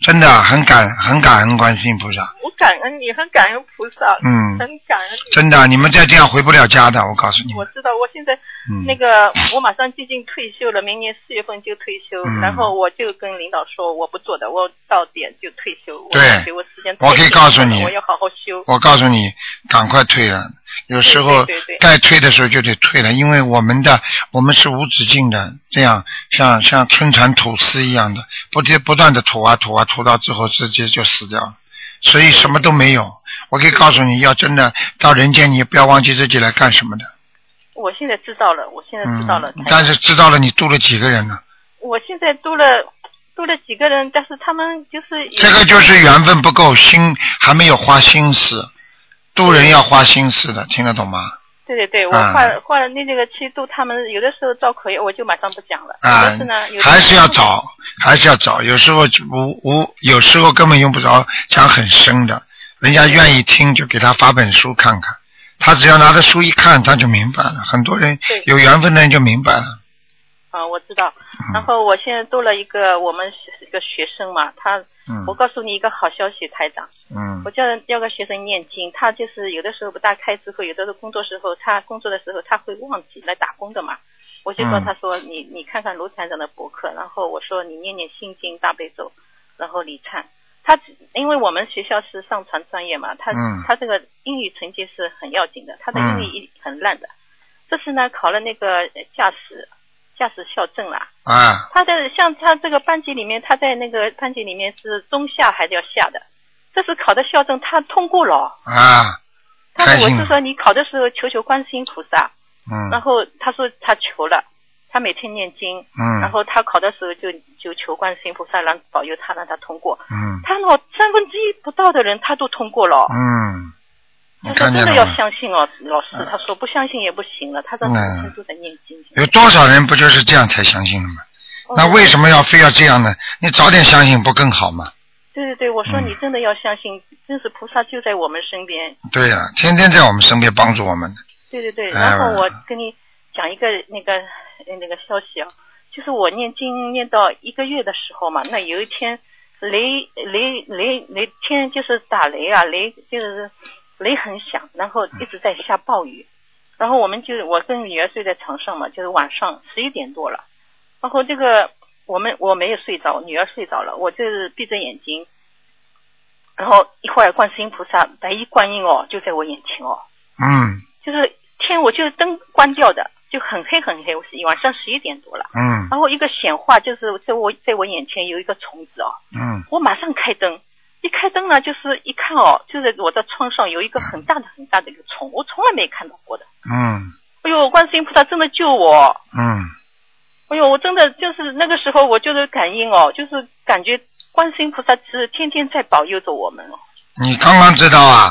Speaker 2: 真的很感很感恩观世音菩萨，
Speaker 5: 我感恩你，很感恩菩萨，
Speaker 2: 嗯，
Speaker 5: 很感恩你。
Speaker 2: 真的，你们再这样回不了家的，我告诉你
Speaker 5: 我
Speaker 2: 们，
Speaker 5: 知道，我现在
Speaker 2: 嗯，
Speaker 5: 那个，我马上接近退休了，明年四月份就退休，
Speaker 2: 嗯
Speaker 5: 然后我就跟领导说，我不做的，我到点就退休，我
Speaker 2: 对
Speaker 5: 给我时间退
Speaker 2: 我
Speaker 5: 休，
Speaker 2: 可以告诉你
Speaker 5: 我要好好修。
Speaker 2: 我告诉你，赶快退了。有时候
Speaker 5: 对对对对
Speaker 2: 该退的时候就得退了，因为我们的我们是无止境的，这样像像春蚕吐丝一样的，不接不断的吐啊吐啊吐到之后直接就死掉了，所以什么都没有。我可以告诉你，要真的到人间，你也不要忘记自己来干什么的。
Speaker 5: 我现在知道了，我现在知道了。
Speaker 2: 嗯
Speaker 5: 台，长
Speaker 2: 但是知道了你度了几个人呢？
Speaker 5: 我现在多了多了几个人，但是他们就是有
Speaker 2: 这个就是缘分不够，心还没有花心思，度人要花心思的，听得懂吗？
Speaker 5: 对对对，我
Speaker 2: 啊
Speaker 5: 换了换了那这个七度，他们有的时候造口业，我就马上不讲了。
Speaker 2: 啊
Speaker 5: 但是呢，有，的
Speaker 2: 还是要找，还是要找。有时候就无无，有时候根本用不着讲很深的，人家愿意听就给他发本书看看，他只要拿着书一看，他就明白了。很多人
Speaker 5: 对
Speaker 2: 有缘分的人就明白了。
Speaker 5: 啊，我知道。然
Speaker 2: 嗯
Speaker 5: 后我现在多了一个我们学一个学生嘛，他，
Speaker 2: 嗯
Speaker 5: 我告诉你一个好消息，台长，
Speaker 2: 嗯
Speaker 5: 我叫叫个学生念经，他就是有的时候不大开智慧，有的时候工作时候他工作的时候他会忘记来打工的嘛。我就说，
Speaker 2: 嗯
Speaker 5: 他说你你看看卢台长的博客，然后我说你念念心经大悲咒，然后礼忏。他只因为我们学校是上传专业嘛，他、
Speaker 2: 嗯
Speaker 5: 他这个英语成绩是很要紧的，他的
Speaker 2: 嗯
Speaker 5: 英语一很烂的。这次呢考了那个呃驾驶驾驶校证啦，
Speaker 2: 啊，
Speaker 5: 他的像他这个班级里面，他在那个班级里面是中下还是要下的，这次考的校证他通过了。
Speaker 2: 啊，
Speaker 5: 他
Speaker 2: 开
Speaker 5: 说我
Speaker 2: 心
Speaker 5: 是说你考的时候求求观世音菩萨，然
Speaker 2: 嗯
Speaker 5: 后他说他求了，他每天念经，然
Speaker 2: 嗯
Speaker 5: 后他考的时候就就求观世音菩萨让保佑他让他通过。
Speaker 2: 嗯
Speaker 5: 他老三分之一不到的人他都通过了，
Speaker 2: 嗯，你
Speaker 5: 他说
Speaker 2: 看见
Speaker 5: 哦真的
Speaker 2: 了
Speaker 5: 要
Speaker 2: 吗？嗯
Speaker 5: 相信哦，老师他说不相信也不行了，他说每天都在念经。
Speaker 2: 有多少人不就是这样才相信的吗？那为
Speaker 5: 么？
Speaker 2: 什么要非要这样呢？你早点相信不更好吗？
Speaker 5: 对对对，我说
Speaker 2: 嗯
Speaker 5: 你真的要相信，真是菩萨就在我们身边，
Speaker 2: 对呀、天天在我们身边帮助我们的。
Speaker 5: 对对对，
Speaker 2: 哎
Speaker 5: 然后我
Speaker 2: 吧
Speaker 5: 跟你讲一个那个呃那个消息啊，就是我念经念到一个月的时候嘛，那有一天雷雷雷雷天就是打雷啊，雷就是雷很响，然后一直在下暴雨，然后我们就我跟女儿睡在床上嘛，就是晚上十一点多了，然后这个我们我没有睡着，女儿睡着了，我就是闭着眼睛，然后一会儿观世音菩萨白衣观音哦就在我眼前哦。
Speaker 2: 嗯
Speaker 5: 就是天，我就是灯关掉的，就很黑很黑，我是晚上十一点多了。
Speaker 2: 嗯
Speaker 5: 然后一个显化就是在我在我眼前有一个虫子哦，
Speaker 2: 嗯。
Speaker 5: 我马上开灯，一开灯呢，就是一看哦，就在我的窗上有一个很大的很大的一个虫，我从来没看到过的。
Speaker 2: 嗯
Speaker 5: 哎呦，观世音菩萨真的救我！
Speaker 2: 嗯
Speaker 5: 哎呦，我真的就是那个时候，我就是感应哦，就是感觉观世音菩萨是天天在保佑着我们哦。，
Speaker 2: 你刚刚知道啊？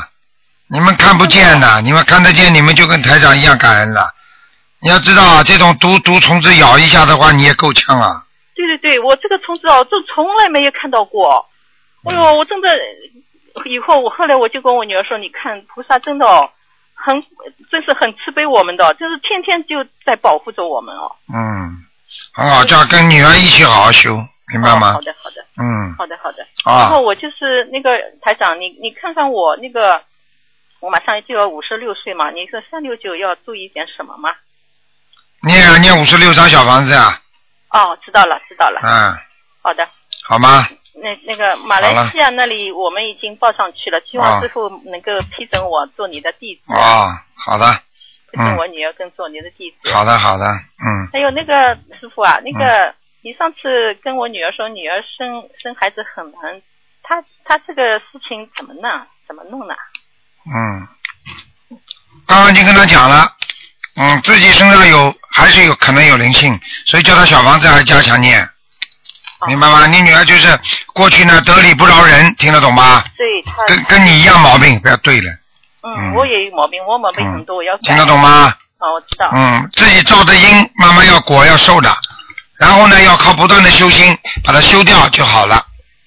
Speaker 2: 你们看不见呐、你们看得见，你们就跟台长一样感恩了。你要知道啊，这种毒毒虫子咬一下的话，你也够呛啊。
Speaker 5: 对对对，我这个虫子哦，就从来没有看到过。哎
Speaker 2: 嗯
Speaker 5: 呦，我真的，以后我后来我就跟我女儿说，你看菩萨真的哦，很真是很慈悲我们的，哦就是天天就在保护着我们哦。
Speaker 2: 嗯，很好，这样跟女儿一起好好修，明白
Speaker 5: 哦
Speaker 2: 吗
Speaker 5: 好？的好的
Speaker 2: 嗯，
Speaker 5: 好的哦好的。然
Speaker 2: 啊
Speaker 5: 后，我就是那个台长，你你看看我那个，我马上就要五十六岁嘛，你说三六九要注意点什么吗？
Speaker 2: 念啊念五十六张小房子啊，
Speaker 5: 哦，知道了知道了，
Speaker 2: 嗯，
Speaker 5: 好的。
Speaker 2: 好吗？
Speaker 5: 那那个马来西亚那里我们已经报上去了，希望
Speaker 2: 啊
Speaker 5: 师傅能够批准我做你的弟子，
Speaker 2: 哦，好的，
Speaker 5: 批准我女儿跟做你的弟子。
Speaker 2: 好的，嗯好的，嗯，
Speaker 5: 还有那个师傅啊，那个、你上次跟我女儿说女儿生生孩子很难，她她这个事情怎么弄？怎么弄呢？
Speaker 2: 嗯，刚刚已经跟他讲了，嗯，自己身上有还是有可能有灵性，所以叫他小房子还加强念，
Speaker 5: 哦
Speaker 2: 明白吗？你女儿就是过去呢得理不饶人，听得懂吗？
Speaker 5: 对她，
Speaker 2: 跟跟你一样毛病，不要对了，嗯
Speaker 5: 嗯，我也有毛病，我毛病很多，我要改。
Speaker 2: 听得懂吗？
Speaker 5: 啊，我知道。
Speaker 2: 嗯，自己造的因，慢慢要果要受的，然后呢要靠不断的修心把它修掉就好了，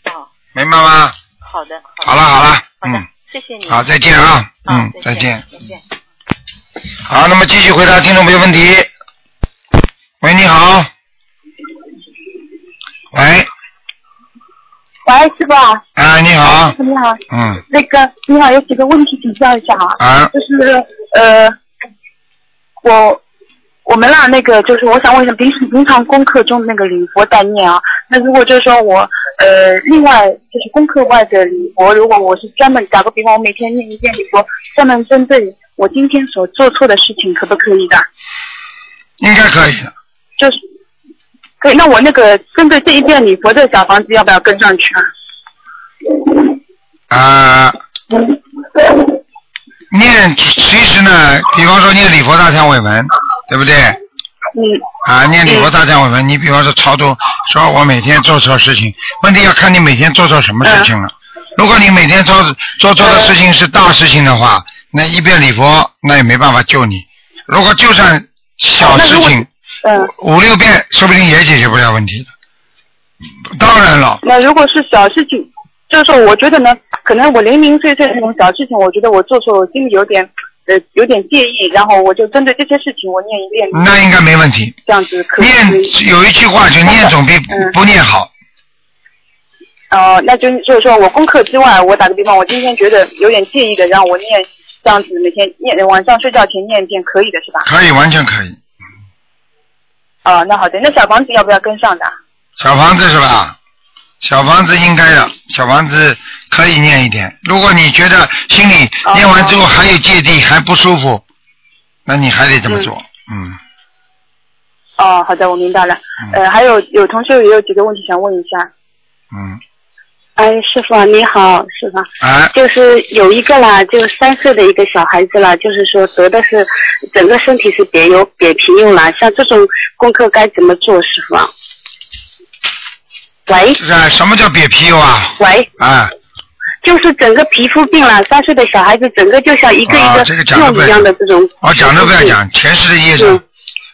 Speaker 5: 哦，
Speaker 2: 明白吗？
Speaker 5: 好的，
Speaker 2: 好
Speaker 5: 的
Speaker 2: 了好了，
Speaker 5: 好的
Speaker 2: 嗯，，
Speaker 5: 谢谢你。
Speaker 2: 好，再见啊，
Speaker 5: 啊
Speaker 2: 嗯，再见。
Speaker 5: 再见。
Speaker 2: 好，那么继续回答听众朋友问题。喂，你好。喂，
Speaker 3: 喂，师傅啊，
Speaker 2: 啊，你好，
Speaker 3: 你好，
Speaker 2: 嗯，
Speaker 3: 那个你好，有几个问题请教一下啊。
Speaker 2: 啊，
Speaker 3: 就是呃，我我们俩那个就是我想问一下，平时平常功课中的那个礼佛在念啊，那如果就是说我呃另外就是功课外的礼佛，如果我是专门打个比方，我每天念一遍礼佛，专门针对我今天所做错的事情，可不可以的？
Speaker 2: 应该可以的。
Speaker 3: 就是可以。那我那个针对这一遍礼佛的小房子要不要跟上去啊？
Speaker 2: 啊，念其实呢，比方说念礼佛大忏悔文，对不对？
Speaker 3: 嗯，
Speaker 2: 啊，念礼佛大忏悔文，你比方说超度，说我每天做错事情，问题要看你每天做错什么事情了。如果你每天做做错的事情是大事情的话，那一遍礼佛那也没办法救你。如果就算小事情，
Speaker 3: 嗯、
Speaker 2: 五六遍说不定也解决不了问题的。当然了，
Speaker 3: 那如果是小事情，就是说我觉得呢，可能我零零碎碎那种小事情，我觉得我做错了，我心里有点呃有点介意，然后我就针对这些事情我念一遍，
Speaker 2: 那应该没问题。
Speaker 3: 这样子可以。
Speaker 2: 嗯念有一句话就念总比
Speaker 3: 嗯
Speaker 2: 不念好。
Speaker 3: 呃，那就就是说我功课之外，我打个比方，我今天觉得有点介意的，然后我念这样子，每天念晚上睡觉前念一遍可以的是吧？
Speaker 2: 可以，完全可以。
Speaker 3: 啊、那好的，那小房子要不要跟上的啊？
Speaker 2: 小房子是吧？小房子应该的，小房子可以念一点。如果你觉得心里
Speaker 3: 哦
Speaker 2: 念完之后还有芥蒂，还不舒服，那你还得这么做。嗯，
Speaker 3: 哦，好的，我明白了。
Speaker 2: 嗯
Speaker 3: 呃，还有有同学也有几个问题想问一下。
Speaker 2: 嗯，
Speaker 6: 哎，师傅你好，师傅，啊
Speaker 2: 哎，
Speaker 6: 就是有一个啦，就三岁的一个小孩子啦，就是说得的是整个身体是别有扁平痈啦，像这种功课该怎么做，师傅啊？喂
Speaker 2: 这个什么叫瘪皮油啊？
Speaker 6: 喂，
Speaker 2: 啊，
Speaker 6: 就是整个皮肤病啦，三岁的小孩子整个就像一个
Speaker 2: 啊
Speaker 6: 一
Speaker 2: 这
Speaker 6: 个
Speaker 2: 个讲得不
Speaker 6: 肉一样的这种，
Speaker 2: 我讲都不要讲，前世的业障
Speaker 6: 嗯，啊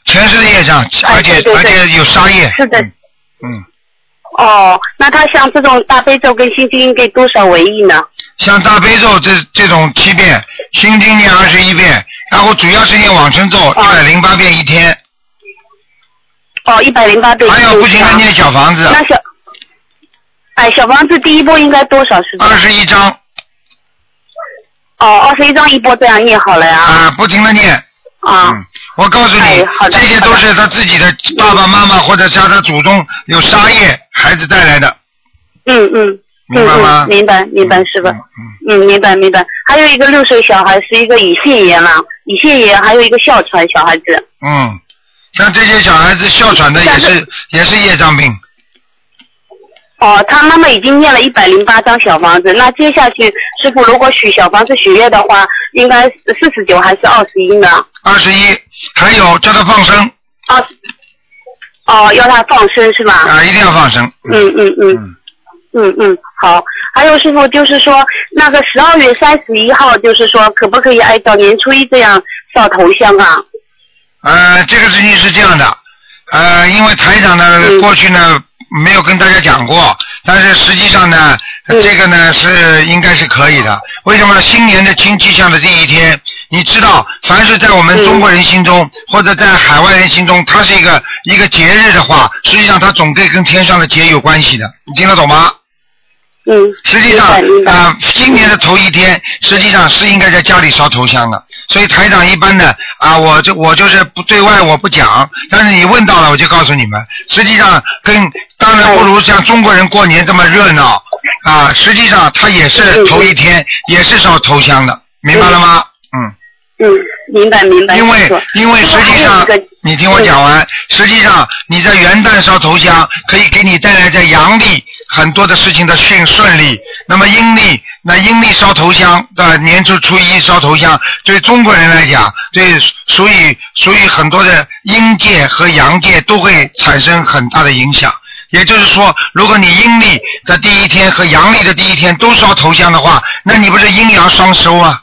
Speaker 2: 前世的业障，而且
Speaker 6: 对对对
Speaker 2: 而且有杀业。
Speaker 6: 是的
Speaker 2: 嗯嗯，
Speaker 6: 哦，那他像这种大悲咒跟心经应该多少为宜呢？
Speaker 2: 像大悲咒这这种七遍，心经念二十一遍，然后主要是念往生咒一百零八遍一天，
Speaker 6: 哦，一百零八对。啊
Speaker 2: 还有哎不行的念小房子。
Speaker 6: 那小，哎，小房子第一波应该多少是？
Speaker 2: 二十一章
Speaker 6: 哦，二十一张一波这样念好了呀。
Speaker 2: 啊，不停的念。
Speaker 6: 啊，
Speaker 2: 嗯，我告诉你，
Speaker 6: 哎好的嗯
Speaker 2: 这些都是他自己的爸爸妈妈或者像他祖宗有杀业孩子带来的，
Speaker 6: 嗯嗯
Speaker 2: 明
Speaker 6: 嗯
Speaker 2: 白吗
Speaker 6: 嗯，？明白明白，师傅，
Speaker 2: 嗯
Speaker 6: 嗯，
Speaker 2: 嗯
Speaker 6: 明白明白。还有一个六岁小孩是一个乙腺炎啦，乙腺炎还有一个哮喘小孩子。
Speaker 2: 嗯，像这些小孩子哮喘的也是也是业障病，
Speaker 6: 哦，他妈妈已经念了一百零八张小房子，那接下去师傅如果许小房子许愿的话，应该四十九还是二十一呢？
Speaker 2: 二十一，还有叫他放生
Speaker 6: 二十，哦，要他放生是吧？
Speaker 2: 啊，一定要放生。
Speaker 6: 嗯嗯嗯
Speaker 2: 嗯
Speaker 6: 嗯嗯，好。还有师傅，就是说那个十二月三十一号，就是说可不可以按照年初一这样烧头香啊？
Speaker 2: 呃，这个事情是这样的，呃，因为台长呢，过去呢没有跟大家讲过，但是实际上呢，这个呢是应该是可以的。为什么呢？新年的新气象的第一天，你知道，凡是在我们中国人心中，或者在海外人心中，它是一个一个节日的话，实际上它总归跟天上的节有关系的。你听得懂吗？
Speaker 3: 嗯，
Speaker 2: 实际上啊、今年的头一天，实际上是应该在家里烧头香的。所以台长一般的啊，我就我就是不对外我不讲，但是你问到了，我就告诉你们。实际上跟当然不如像中国人过年这么热闹啊，实际上它也是头一天，也是烧头香的，明白了吗？嗯。
Speaker 3: 嗯，明白明白。
Speaker 2: 因为
Speaker 3: 没错
Speaker 2: 因为实际
Speaker 3: 还有
Speaker 2: 上
Speaker 3: 一个，
Speaker 2: 你听我讲完，实际上你在元旦烧头香，可以给你带来在阳历很多的事情的顺顺利。那么阴历，那阴历烧头香的、呃年初初一烧头香，对中国人来讲，对属于属于很多的阴界和阳界都会产生很大的影响。也就是说，如果你阴历的第一天和阳历的第一天都烧头香的话，那你不是阴阳双收啊？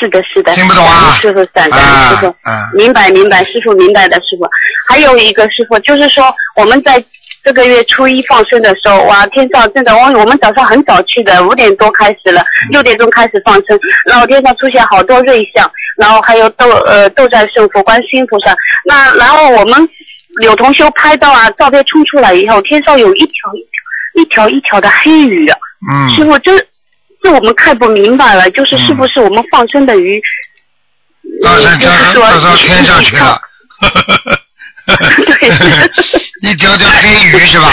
Speaker 3: 是的，是的。
Speaker 2: 听不懂啊
Speaker 3: 感恩师傅，感恩师傅，
Speaker 2: 啊
Speaker 3: 明白明白，师傅明白的，师傅。还有一个师傅，就是说我们在这个月初一放生的时候，哇，天上真的，我我们早上很早去的，五点多开始了，
Speaker 2: 嗯
Speaker 3: 六点钟开始放生，然后天上出现好多瑞象，然后还有斗呃斗战胜佛、观世音菩萨，那然后我们有同修拍到啊，照片冲出来以后，天上有一条一条一条一条的黑鱼、啊。
Speaker 2: 嗯。
Speaker 3: 师傅，这这我们看不明白了，就是是不是我们放生的鱼，呃
Speaker 2: 到上
Speaker 3: 就
Speaker 2: 天
Speaker 3: 是
Speaker 2: 上
Speaker 3: 说
Speaker 2: 到到天上去 了， 一条条黑鱼 是吧？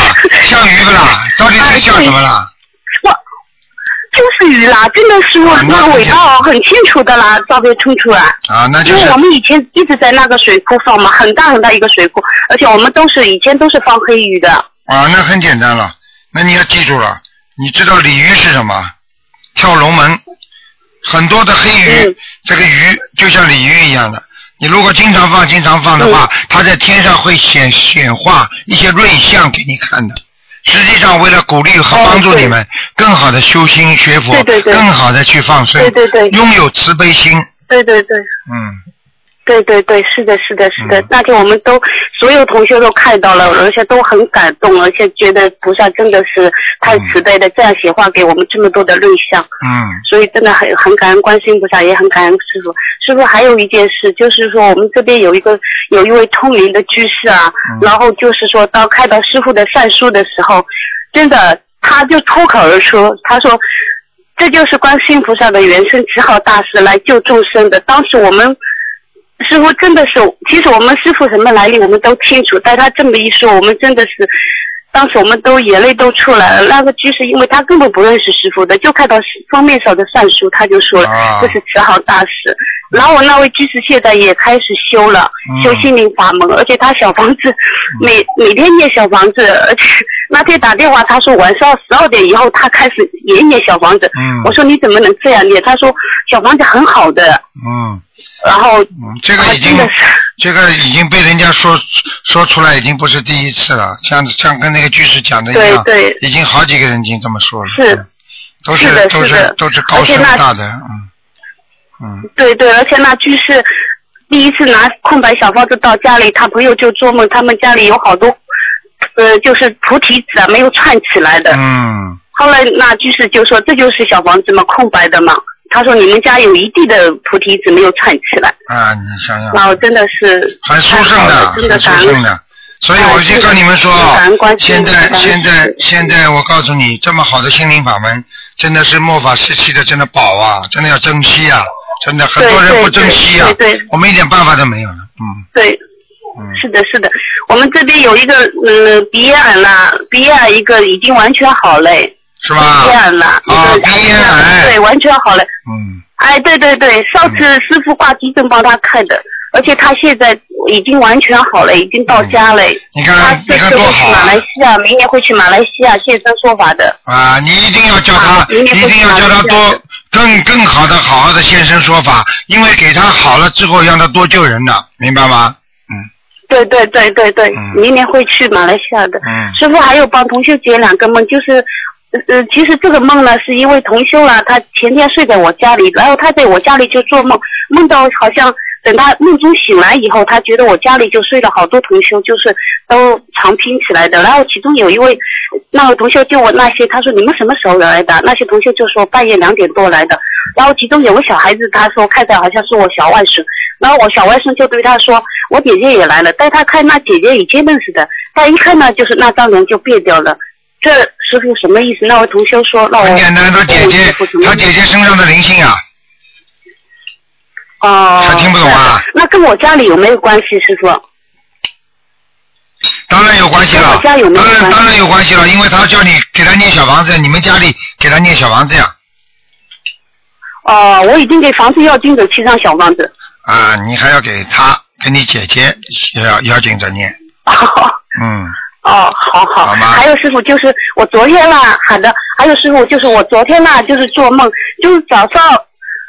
Speaker 2: 像鱼不啦？到底是像什么啦？
Speaker 3: 就是鱼啦，真的是我那个尾巴哦，很清楚的啦，照片冲出来。
Speaker 2: 啊，那就
Speaker 3: 因为
Speaker 2: 是
Speaker 3: 我们以前一直在那个水库放嘛，很大很大一个水库，而且我们都是以前都是放黑鱼的。
Speaker 2: 啊，那很简单了。那你要记住了，你知道鲤鱼是什么？跳龙门，很多的黑鱼，
Speaker 3: 嗯
Speaker 2: 这个鱼就像鲤鱼一样的。你如果经常放、经常放的话，
Speaker 3: 嗯
Speaker 2: 它在天上会显显化一些瑞相给你看的。实际上，为了鼓励和帮助你们、更好的修心学佛，
Speaker 3: 哦对对对
Speaker 2: 更好的去放生，
Speaker 3: 对对对
Speaker 2: 拥有慈悲心，
Speaker 3: 对对对。
Speaker 2: 嗯。
Speaker 3: 对对对，是的，是的，是的。那天我们都所有同学都看到了，而且都很感动，而且觉得菩萨真的是太慈悲的，这样显化给我们这么多的瑞相。
Speaker 2: 嗯，
Speaker 3: 所以真的很很感恩观世音菩萨，也很感恩师傅。师傅还有一件事，就是说我们这边有一个有一位通灵的居士啊，然后就是说当看到师傅的善书的时候，真的他就脱口而出，他说这就是观世音菩萨的原生慈好大师来救众生的。当时我们。师傅真的是，其实我们师傅什么来历我们都清楚，但他这么一说，我们真的是，当时我们都眼泪都出来了。那个居士，因为他根本不认识师傅的，就看到封面上的善书，他就说了，
Speaker 2: 啊
Speaker 3: 这是慈航大师。然后我那位居士现在也开始修了，
Speaker 2: 嗯
Speaker 3: 修心灵法门，而且他小房子每、每天念小房子，而且 那天打电话他说晚上十二点以后他开始也念小房子。
Speaker 2: 嗯
Speaker 3: 我说你怎么能这样念？他说小房子很好的，
Speaker 2: 嗯，
Speaker 3: 然后
Speaker 2: 这个已经
Speaker 3: 真的是。
Speaker 2: 这个已经被人家说说出来，已经不是第一次了。像像跟那个居士讲的一样，
Speaker 3: 对对
Speaker 2: 已经好几个人已经这么说了，
Speaker 3: 是
Speaker 2: 嗯都
Speaker 3: 是的
Speaker 2: 都
Speaker 3: 是
Speaker 2: 是
Speaker 3: 的
Speaker 2: 都是高
Speaker 3: 而且
Speaker 2: 深
Speaker 3: 那
Speaker 2: 大的，嗯嗯
Speaker 3: 对对，而且那居士第一次拿空白小方子到家里，他朋友就做梦，他们家里有好多，呃，就是菩提子啊，没有串起来的。
Speaker 2: 嗯
Speaker 3: 后来那居士就说，这就是小房子嘛，空白的嘛。他说你们家有一地的菩提子没有串起来，
Speaker 2: 啊，你想想，
Speaker 3: 那我真的是
Speaker 2: 很殊胜
Speaker 3: 太
Speaker 2: 的，
Speaker 3: 好了真的
Speaker 2: 很殊
Speaker 3: 感
Speaker 2: 胜
Speaker 3: 恩。
Speaker 2: 的。所以我就跟你们说
Speaker 3: 哎感恩观，世音
Speaker 2: 现
Speaker 3: 菩萨
Speaker 2: 在
Speaker 3: 感恩
Speaker 2: 现在
Speaker 3: 师父
Speaker 2: 现在，我告诉你，这么好的心灵法门，真的是末法时期的真的宝啊，真的要珍惜啊，真的很多人
Speaker 3: 对
Speaker 2: 不珍惜啊
Speaker 3: 对对对，
Speaker 2: 我们一点办法都没有了，嗯
Speaker 3: 对，
Speaker 2: 嗯
Speaker 3: 是的，是的，我们这边有一个嗯鼻炎啦，鼻炎一个已经完全好了，鼻
Speaker 2: 是吧？
Speaker 3: 炎啦，一
Speaker 2: 啊
Speaker 3: 个
Speaker 2: 鼻炎癌
Speaker 3: 对，完全好了。
Speaker 2: 嗯，
Speaker 3: 哎，对对对，上次师傅挂急诊帮他看的，而且他现在已经完全好了，已经到家了。
Speaker 2: 你
Speaker 3: 他
Speaker 2: 看
Speaker 3: 这
Speaker 2: 你看
Speaker 3: 次
Speaker 2: 多
Speaker 3: 会
Speaker 2: 好
Speaker 3: 去马
Speaker 2: 啊
Speaker 3: 来！西亚，明年会去马来西亚现身说法的。
Speaker 2: 啊，你一定要叫他
Speaker 3: 啊，明
Speaker 2: 一
Speaker 3: 年不
Speaker 2: 定
Speaker 3: 行
Speaker 2: 要
Speaker 3: 了
Speaker 2: 叫他
Speaker 3: 明年
Speaker 2: 多更更好的好好的现身说法，因为给他好了之后，让他多救人的，明白吗？
Speaker 3: 对对对对对，
Speaker 2: 嗯
Speaker 3: 明年会去马来西亚的。
Speaker 2: 嗯
Speaker 3: 师傅还有帮同修解两个梦，就是。呃呃，其实这个梦呢，是啊因为同修啦，他前天睡在我家里，然后他在我家里就做梦，梦到好像等他梦中醒来以后，他觉得我家里就睡了好多同修，就是都长拼起来的。然后其中有一位那个同修就问那些，他说你们什么时候来的？那些同修就说半夜两点多来的。然后其中有个小孩子，他说看起来好像是我小外甥。然后我小外甥就对他说，我姐姐也来了，带他看那姐姐以前认识的。他一看呢，就是那张脸就变掉了。这师傅什么意思？那位同修说，那我
Speaker 2: 很简单，他姐姐
Speaker 3: 我怎么
Speaker 2: 他姐姐身上的灵性啊，
Speaker 3: 哦，
Speaker 2: 他听不懂啊
Speaker 3: 那？那跟我家里有没有关系，师傅？
Speaker 2: 当然有关系了，
Speaker 3: 我家有没有
Speaker 2: 当然
Speaker 3: 关系
Speaker 2: 当然有关系了，因为他叫你给他念小房子，你们家里给他念小房子呀。
Speaker 3: 哦，我已经给房子要精准七张小房子。
Speaker 2: 啊，你还要给他跟你姐姐也要要紧着念，
Speaker 3: 哦
Speaker 2: 嗯，
Speaker 3: 哦，好好，
Speaker 2: 好吗
Speaker 3: 还有师傅，就是我昨天啦，好的，还有师傅，就是我昨天啦，就是做梦，就是早上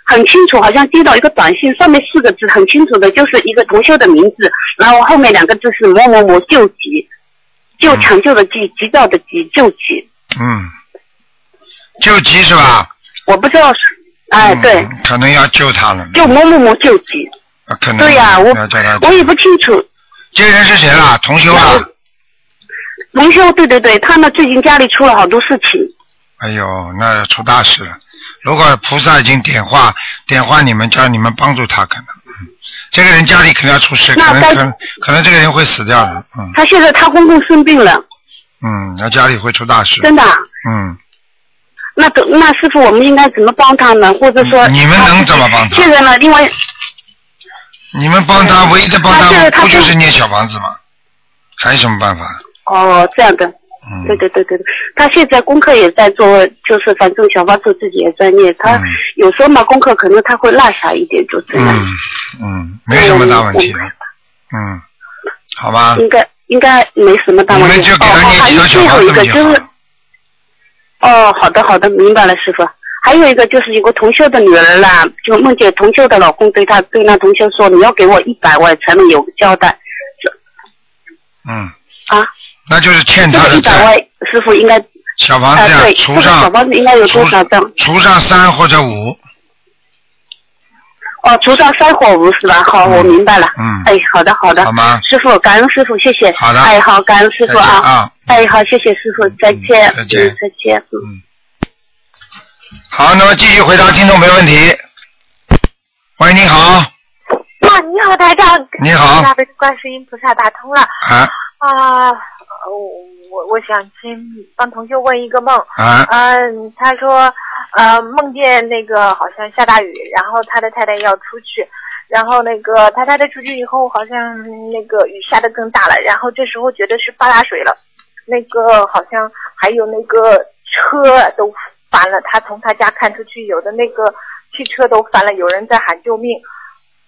Speaker 3: 很清楚，好像接到一个短信，上面四个字很清楚的，就是一个同修的名字，然后后面两个字是某某某救急，救
Speaker 2: 嗯
Speaker 3: 抢救的急，急躁的急，救急，
Speaker 2: 嗯，救急是吧？
Speaker 3: 我不知道是，哎，
Speaker 2: 嗯
Speaker 3: 对，，
Speaker 2: 可能要救他了，
Speaker 3: 就某某某救急，
Speaker 2: 啊可能
Speaker 3: 对呀、我
Speaker 2: 要叫他
Speaker 3: 我也不嗯清楚，
Speaker 2: 这人是谁啦？同修
Speaker 3: 那
Speaker 2: 啊？
Speaker 3: 我同修，对对对，他呢最近家里出了好多事情，
Speaker 2: 哎呦，那出大事了！如果菩萨已经点化点化你们，叫你们帮助他，可能，嗯，这个人家里可能要出事，
Speaker 3: 那
Speaker 2: 可能
Speaker 3: 该
Speaker 2: 可能可能这个人会死掉的，嗯
Speaker 3: 他现在他公公生病了，
Speaker 2: 嗯，那家里会出大事，
Speaker 3: 真的啊、
Speaker 2: 嗯，
Speaker 3: 那怎那师傅，我们应该怎么帮他呢？或者说
Speaker 2: 嗯你你们能怎么帮他
Speaker 3: 现在呢，因为
Speaker 2: 你们帮他唯一的帮
Speaker 3: 那现在他
Speaker 2: 不就
Speaker 3: 就是
Speaker 2: 念小房子吗？还有什么办法？
Speaker 3: 哦这样的，
Speaker 2: 嗯，
Speaker 3: 对对对对对，他现在功课也在做，就是反正小房子自己也在念，他
Speaker 2: 嗯
Speaker 3: 有时候嘛功课可能他会落下一点，就这样，
Speaker 2: 嗯嗯，没有什么大问题的，嗯，好吧，
Speaker 3: 应该应该没什么大
Speaker 2: 嗯你
Speaker 3: 问
Speaker 2: 们
Speaker 3: 题。
Speaker 2: 就
Speaker 3: 哦
Speaker 2: 给
Speaker 3: 哦，
Speaker 2: 他念
Speaker 3: 还
Speaker 2: 几
Speaker 3: 有
Speaker 2: 张小
Speaker 3: 最
Speaker 2: 房
Speaker 3: 后一
Speaker 2: 子
Speaker 3: 个
Speaker 2: 不就
Speaker 3: 就
Speaker 2: 好
Speaker 3: 是
Speaker 2: 了？
Speaker 3: 哦，好的好的，明白了，师傅。还有一个就是有个同修的女儿啦，就梦见同修的老公对她对那同修说：“你要给我一百万才能有个交代
Speaker 2: 嗯，
Speaker 3: 啊！”
Speaker 2: 那就是欠
Speaker 3: 这
Speaker 2: 他
Speaker 3: 个
Speaker 2: 的
Speaker 3: 一百万
Speaker 2: 债，，
Speaker 3: 师傅应该
Speaker 2: 小房子
Speaker 3: 啊
Speaker 2: 呀
Speaker 3: 对，
Speaker 2: 除
Speaker 3: 这个小
Speaker 2: 上
Speaker 3: 房子应该有多少张？
Speaker 2: 除上三或者五，
Speaker 3: 哦，除上三火无是吧？好，
Speaker 2: 嗯
Speaker 3: 我明白了。
Speaker 2: 嗯
Speaker 3: 哎，好的，好的。
Speaker 2: 好吗？
Speaker 3: 师傅，感恩师傅，谢谢。
Speaker 2: 好的
Speaker 3: 哎，好，感恩师
Speaker 2: 再
Speaker 3: 傅
Speaker 2: 见
Speaker 3: 啊。
Speaker 2: 啊，
Speaker 3: 哎，好，谢谢师傅，再见。
Speaker 2: 嗯再见
Speaker 3: 嗯再见。嗯。
Speaker 2: 好，那么继续回答听众没问题。喂，你好，
Speaker 7: 哇，啊你好，台长。
Speaker 2: 你好
Speaker 7: 大悲观世音菩萨打通了
Speaker 2: 啊
Speaker 7: 啊！我我我想先帮同学问一个梦。
Speaker 2: 啊，
Speaker 7: 嗯、他说，呃，梦见那个好像下大雨，然后他的太太要出去，然后那个他太太出去以后，好像那个雨下的更大了，然后这时候觉得是发大水了，那个好像还有那个车都翻了，他从他家看出去，有的那个汽车都翻了，有人在喊救命，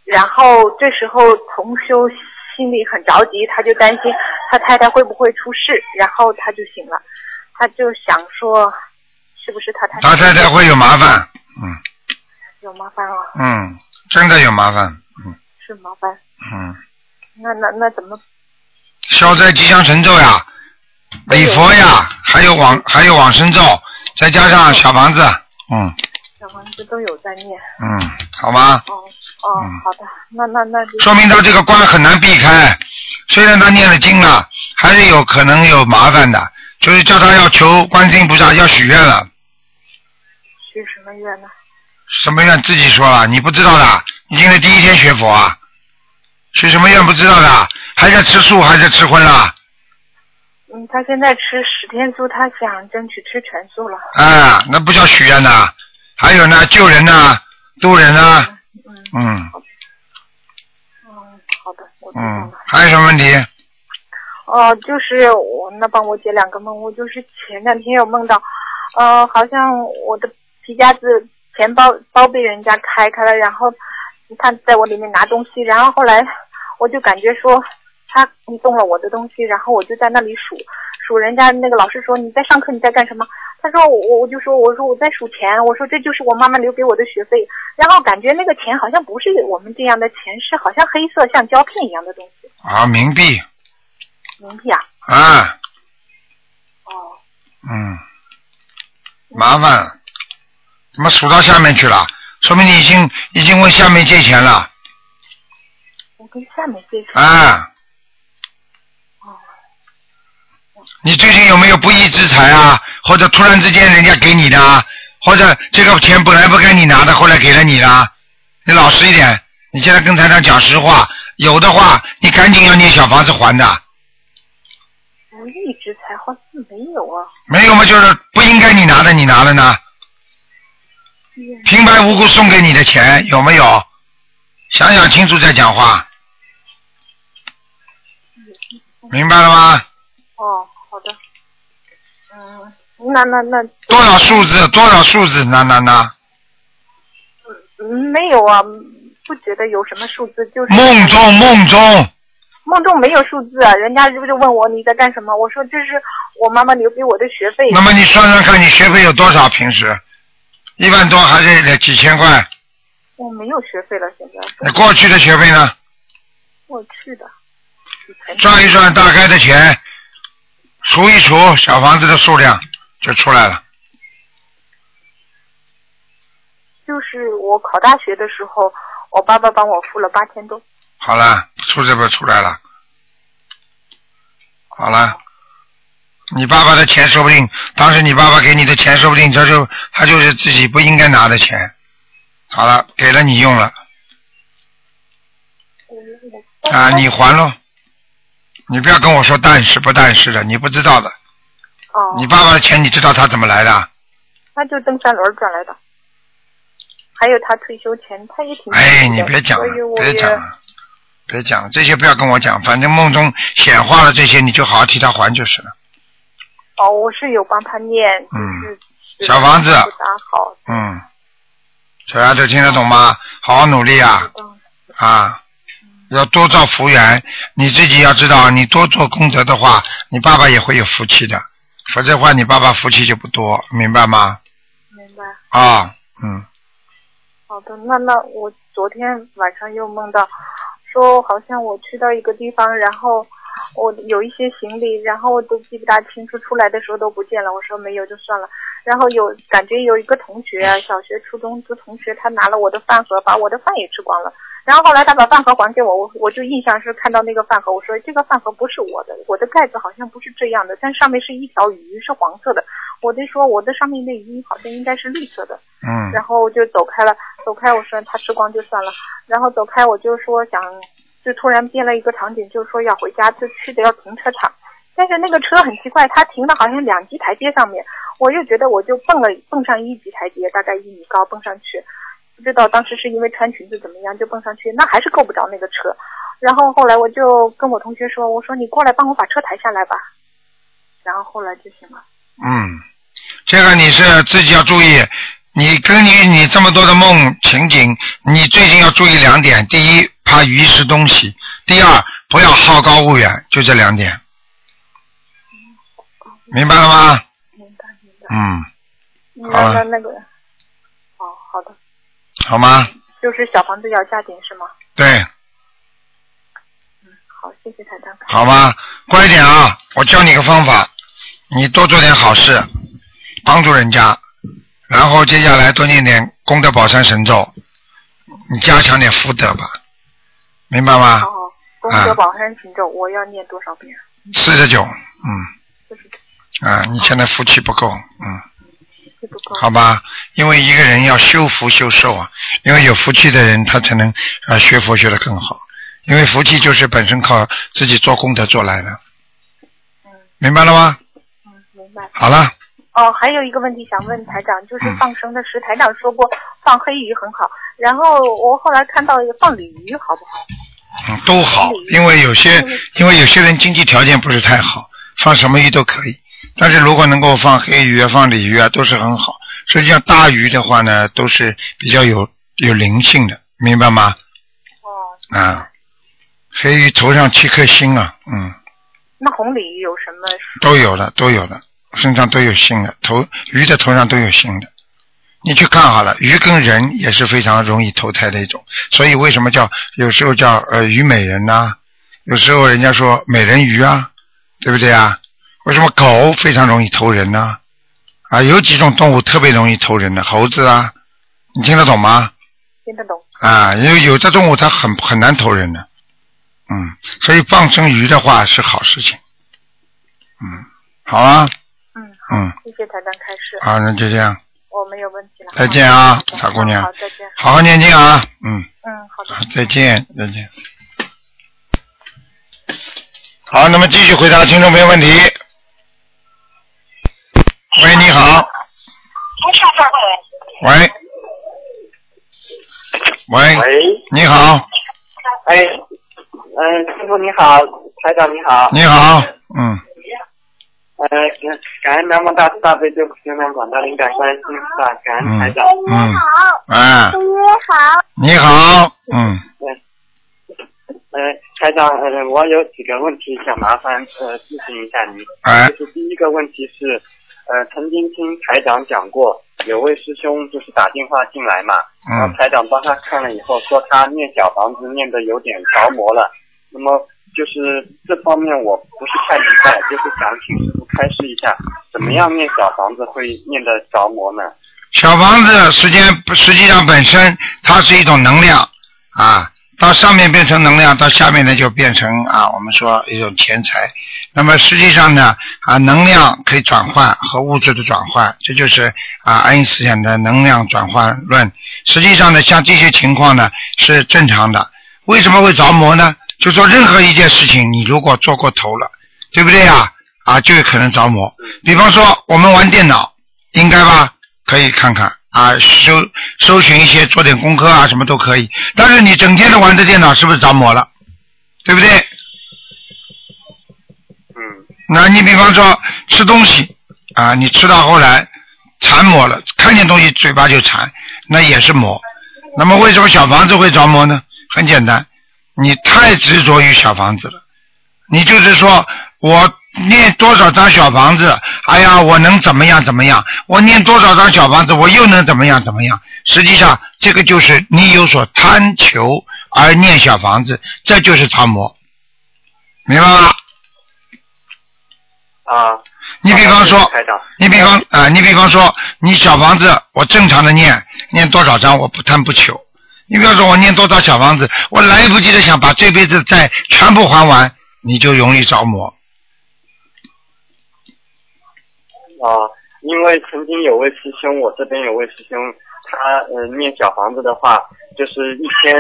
Speaker 7: 然后这时候重修心里很着急，他就担心他太太会不会出事，然后他就醒了。他就想说，是不是他太
Speaker 2: 他太太会有麻烦，嗯
Speaker 7: 有麻烦啊？
Speaker 2: 嗯，真的有麻烦，嗯
Speaker 7: 是麻烦，
Speaker 2: 嗯，
Speaker 7: 那那那怎么？
Speaker 2: 消灾吉祥神咒呀，礼佛呀，还有往还有往生咒，再加上小房子，嗯
Speaker 7: 小房子都有在念，
Speaker 2: 嗯，好吗？
Speaker 7: 哦哦，
Speaker 2: 嗯
Speaker 7: 好的，那那那就
Speaker 2: 说明他这个关很难避开，虽然他念了经了，还是有可能有麻烦的，就是叫他要求观世音菩萨要许愿了。
Speaker 7: 许什么愿呢？
Speaker 2: 什么愿自己说了，你不知道的。你今天第一天学佛啊，许什么愿不知道的，还在吃素，还在吃荤啊啦，
Speaker 7: 嗯，他现在吃十天素，他想争取吃全素了。
Speaker 2: 啊，那不叫许愿呐。还有呢，救人呐、渡人呐、
Speaker 7: 嗯
Speaker 2: 嗯
Speaker 7: 嗯，好的，我知道
Speaker 2: 嗯
Speaker 7: 了。，
Speaker 2: 还有什么问题？
Speaker 7: 哦，就是我那帮我解两个梦，我就是前两天有梦到，呃，好像我的皮夹子钱包包被人家开开了，然后他在我里面拿东西，然后后来我就感觉说他动了我的东西，然后我就在那里数数人家那个老师说你在上课你在干什么？他说我我我就说我说我在数钱，我说这就是我妈妈留给我的学费，然后感觉那个钱好像不是我们这样的钱，是好像黑色像胶片一样的东西，
Speaker 2: 啊，冥币
Speaker 7: 冥币啊，
Speaker 2: 啊，
Speaker 7: 哦。
Speaker 2: 嗯，麻烦，怎么数到下面去了？说明你已经已经问下面借钱了。
Speaker 7: 菩萨没接触。
Speaker 2: 啊。你最近有没有不义之财啊？或者突然之间人家给你的啊，或者这个钱本来不该你拿的，后来给了你了？你老实一点，你现在跟台长讲实话，有的话你赶紧要念小房子还的，
Speaker 7: 不义之财好像没有啊。
Speaker 2: 没有嘛就是不应该你拿的你拿了呢，平白无故送给你的钱有没有？想想清楚再讲话，明白了吗？
Speaker 7: 哦，好的。嗯，那那那，
Speaker 2: 多少数字多少数字，那那那，
Speaker 7: 嗯，没有啊，不觉得有什么数字，就是
Speaker 2: 梦中梦中，
Speaker 7: 梦中没有数字啊，人家就就问我你在干什么，我说这是我妈妈留给我的学费。
Speaker 2: 那么你算算看你学费有多少？平时一万多还是几千块？
Speaker 7: 我没有学费了，现在
Speaker 2: 那过去的学费呢？
Speaker 7: 过去的。
Speaker 2: 算一算大概的钱，除一除小房子的数量就出来了。
Speaker 7: 就是我考大学的时候，我爸爸帮我付了八千多。
Speaker 2: 好了，数字不出来了。好了，你爸爸的钱说不定，当时你爸爸给你的钱说不定他就他就是自己不应该拿的钱。好了，给了你用了啊，你还喽。你不要跟我说但是不但是的，你不知道的。
Speaker 7: 哦。
Speaker 2: 你爸爸的钱你知道他怎么来的啊？
Speaker 7: 他就蹬三轮赚来的，还有他退休前，他也挺
Speaker 2: 哎，
Speaker 7: 辛苦
Speaker 2: 你
Speaker 7: 的
Speaker 2: 别讲
Speaker 7: 所
Speaker 2: 了
Speaker 7: 以，我
Speaker 2: 别
Speaker 7: 也
Speaker 2: 讲了，别讲了，这些不要跟我讲，反正梦中显化了这些，你就好好替他还就是了。
Speaker 7: 哦，我是有帮他念，
Speaker 2: 嗯，
Speaker 7: 就是
Speaker 2: 小房子
Speaker 7: 不咋好，
Speaker 2: 嗯，小丫头听得懂吗？好好努力啊！啊，要多造福缘，你自己要知道，你多做功德的话，你爸爸也会有福气的，否则的话你爸爸福气就不多，明白吗？
Speaker 7: 明白？
Speaker 2: 啊，嗯，
Speaker 7: 好的，那那我昨天晚上又梦到，说好像我去到一个地方，然后我有一些行李，然后我都记不大清楚，出来的时候都不见了。我说没有就算了。然后有感觉有一个同学，小学、初中的同学，他拿了我的饭盒，把我的饭也吃光了。然后后来他把饭盒还给我，我我就印象是看到那个饭盒，我说这个饭盒不是我的，我的盖子好像不是这样的，但上面是一条鱼，是黄色的。我就说我的上面那鱼好像应该是绿色的。
Speaker 2: 嗯，
Speaker 7: 然后就走开了，走开我说他吃光就算了，然后走开我就说想，就突然变了一个场景，就说要回家，就去的要停车场，但是那个车很奇怪，它停的好像两级台阶上面，我就觉得我就蹦了蹦上一级台阶，大概一米高蹦上去，不知道当时是因为穿裙子怎么样就蹦上去，那还是够不着那个车，然后后来我就跟我同学说，我说你过来帮我把车抬下来吧，然后后来就行了，
Speaker 2: 嗯，这个你是自己要注意。你根据你这么多的梦情景，你最近要注意两点：第一，怕遗失东西；第二，不要好高骛远，就这两点。明白了吗？
Speaker 7: 明白明白，
Speaker 2: 嗯，好啊
Speaker 7: 那
Speaker 2: 了
Speaker 7: 那那个，哦好的。
Speaker 2: 好吗？
Speaker 7: 就是小房子要加紧是吗？
Speaker 2: 对，
Speaker 7: 好，谢谢台长。
Speaker 2: 好吗？乖一点啊！我教你个方法，你多做点好事，帮助人家，然后接下来多念点功德宝山神咒，你加强点福德吧，明白吗？
Speaker 7: 哦，功
Speaker 2: 啊
Speaker 7: 德宝山行咒，我要念多少遍？啊
Speaker 2: 四十九，嗯，啊，你现在福气不够，嗯，
Speaker 7: 对不够。
Speaker 2: 好吧，因为一个人要修福修寿啊，因为有福气的人，他才能啊学佛学得更好，因为福气就是本身靠自己做功德做来的，明白了吗？
Speaker 7: 嗯，明白。
Speaker 2: 好了，
Speaker 7: 哦，还有一个问题想问台长，
Speaker 2: 嗯
Speaker 7: 就是放生的时，台长说过放黑鱼很好，然后我后来看到放鲤鱼好不好？
Speaker 2: 嗯，都好，因为有些因为有些人经济条件不是太好，放什么鱼都可以，但是如果能够放黑鱼啊、放鲤鱼啊，都是很好。实际上大鱼的话呢，都是比较有有灵性的，明白吗？哦。啊，黑鱼头上七颗星啊，嗯，
Speaker 7: 那红鲤鱼有什么？
Speaker 2: 都有的，都有的，身上都有星的，头鱼的头上都有星的。你去看好了，鱼跟人也是非常容易投胎的一种，所以为什么叫有时候叫呃鱼美人呐、有时候人家说美人鱼啊，对不对啊？为什么狗非常容易投人呢、啊？有几种动物特别容易投人的，猴子啊，你听得懂吗？
Speaker 7: 听得懂？
Speaker 2: 啊，因为有的动物它很很难投人的，嗯，所以放生鱼的话是好事情。嗯，好啊，
Speaker 7: 嗯，
Speaker 2: 嗯，
Speaker 7: 谢谢台长开示，
Speaker 2: 好，那就这样，
Speaker 7: 我没有问题了。
Speaker 2: 再见啊
Speaker 7: 好的
Speaker 2: 傻姑娘
Speaker 7: 好，再见。
Speaker 2: 好好念经啊，嗯，
Speaker 7: 嗯，好的。
Speaker 2: 好，再见，再见。好，那么继续回答听众朋友问题。喂，你好。喂。喂，
Speaker 8: 喂，
Speaker 2: 你好，
Speaker 8: 哎，嗯，师傅你好，台长你好，
Speaker 2: 你好，嗯，
Speaker 8: 呃，感感恩南无大慈大悲救苦救难广大灵感观世音菩萨，感恩台长。
Speaker 2: 嗯，哎，
Speaker 9: 你好，
Speaker 2: 你好，嗯，
Speaker 8: 呃，台长，呃，我有几个问题想麻烦呃咨询一下您。
Speaker 2: 哎，
Speaker 8: 就是第一个问题是，呃，曾经听台长讲过，有位师兄就是打电话进来嘛，然后
Speaker 2: 嗯，
Speaker 8: 台长帮他看了以后，说他念小房子念的有点着魔了。那么就是这方面我不是太明白，就是想请师傅开示一下，怎么样念小房子会念得着魔呢？
Speaker 2: 小房子时间实际上本身它是一种能量啊，到上面变成能量，到下面呢就变成啊，我们说一种钱财。那么实际上呢啊，能量可以转换和物质的转换，这就是啊爱因斯坦的能量转换论。实际上呢，像这些情况呢是正常的。为什么会着魔呢？就说任何一件事情，你如果做过头了，对不对呀？啊，就有可能着魔。比方说，我们玩电脑，应该吧？可以看看啊，搜搜寻一些，做点功课啊，什么都可以。但是你整天的玩着电脑，是不是着魔了？对不对？
Speaker 8: 嗯
Speaker 2: 那你比方说吃东西啊，你吃到后来馋魔了，看见东西嘴巴就馋，那也是魔。那么为什么小房子会着魔呢？很简单，你太执着于小房子了。你就是说我念多少张小房子，哎呀，我能怎么样怎么样？我念多少张小房子，我又能怎么样怎么样？实际上，这个就是你有所贪求而念小房子，这就是着魔，明白吗？
Speaker 8: 啊，
Speaker 2: 你比方说，
Speaker 8: 台长，
Speaker 2: 你比方啊、你比方说，你小房子我正常的念，念多少张我不贪不求。你比方说，我念多少小房子，我来不及的想把这辈子债全部还完，你就容易着魔。
Speaker 8: 啊，因为曾经有位师兄，我这边有位师兄，他呃念小房子的话，就是一天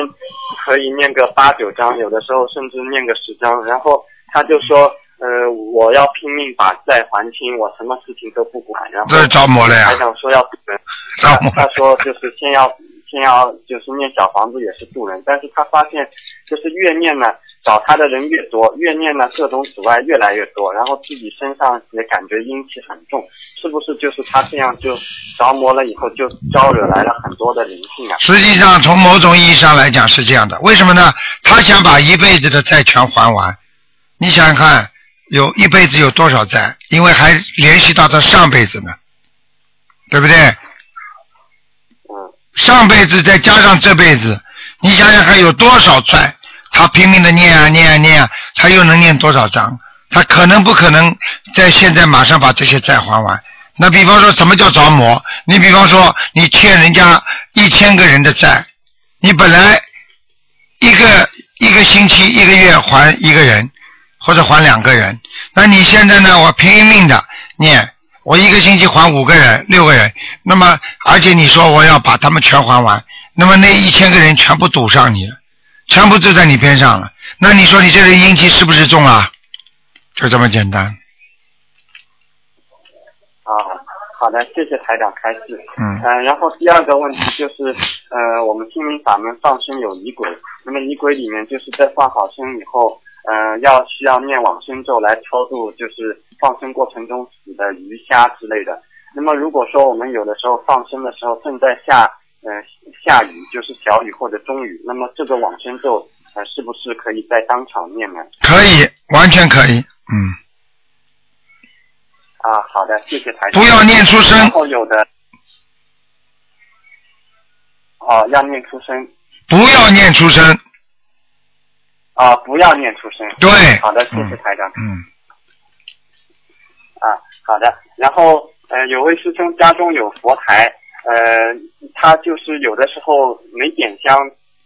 Speaker 8: 可以念个八九章，有的时候甚至念个十章。然后他就说，呃，我要拼命把债还清，我什么事情都不管。然后
Speaker 2: 这是着魔了呀
Speaker 8: 台长说要渡人，
Speaker 2: 着魔
Speaker 8: 他说就是先要先要就是念小房子也是渡人，但是他发现就是越念呢，找他的人越多，越念呢各种阻碍越来越多，然后自己身上也感觉阴气很重，是不是就是他这样就着魔了以后就招惹来了很多的灵性啊？
Speaker 2: 实际上，从某种意义上来讲是这样的。为什么呢？他想把一辈子的债全还完。你想想看，有一辈子有多少债？因为还联系到他上辈子呢，对不对？
Speaker 8: 嗯
Speaker 2: 上辈子再加上这辈子，你想想看有多少债？他拼命的念啊念啊念啊，他又能念多少章？他可能不可能在现在马上把这些债还完？那比方说什么叫着魔？你比方说你欠人家一千个人的债，你本来一个一个星期一个月还一个人或者还两个人，那你现在呢？我拼命的念，我一个星期还五个人六个人，那么而且你说我要把他们全还完，那么那一千个人全部堵上你了，全部就在你边上了。那你说你这人阴气是不是重啊？就这么简单。
Speaker 8: 啊，好的，谢谢台长开示。
Speaker 2: 嗯
Speaker 8: 嗯，然后第二个问题就是，呃，我们心灵法门放生有仪轨，那么仪轨里面就是在放好生以后，呃，要需要念往生咒来超度，就是放生过程中死的鱼虾之类的。那么如果说我们有的时候放生的时候正在下，呃，下雨，就是小雨或者中雨，那么这个往生咒，呃，是不是可以在当场念呢？
Speaker 2: 可以，完全可以。嗯，
Speaker 8: 啊，好的，谢谢台长。
Speaker 2: 不要念出声
Speaker 8: 然后有的，哦，要念出声
Speaker 2: 不要念出声。
Speaker 8: 啊，不要念出声。
Speaker 2: 对
Speaker 8: 好的，谢谢台长、
Speaker 2: 嗯，
Speaker 8: 啊，好的。然后呃，有位师兄家中有佛台，呃，他就是有的时候没点香，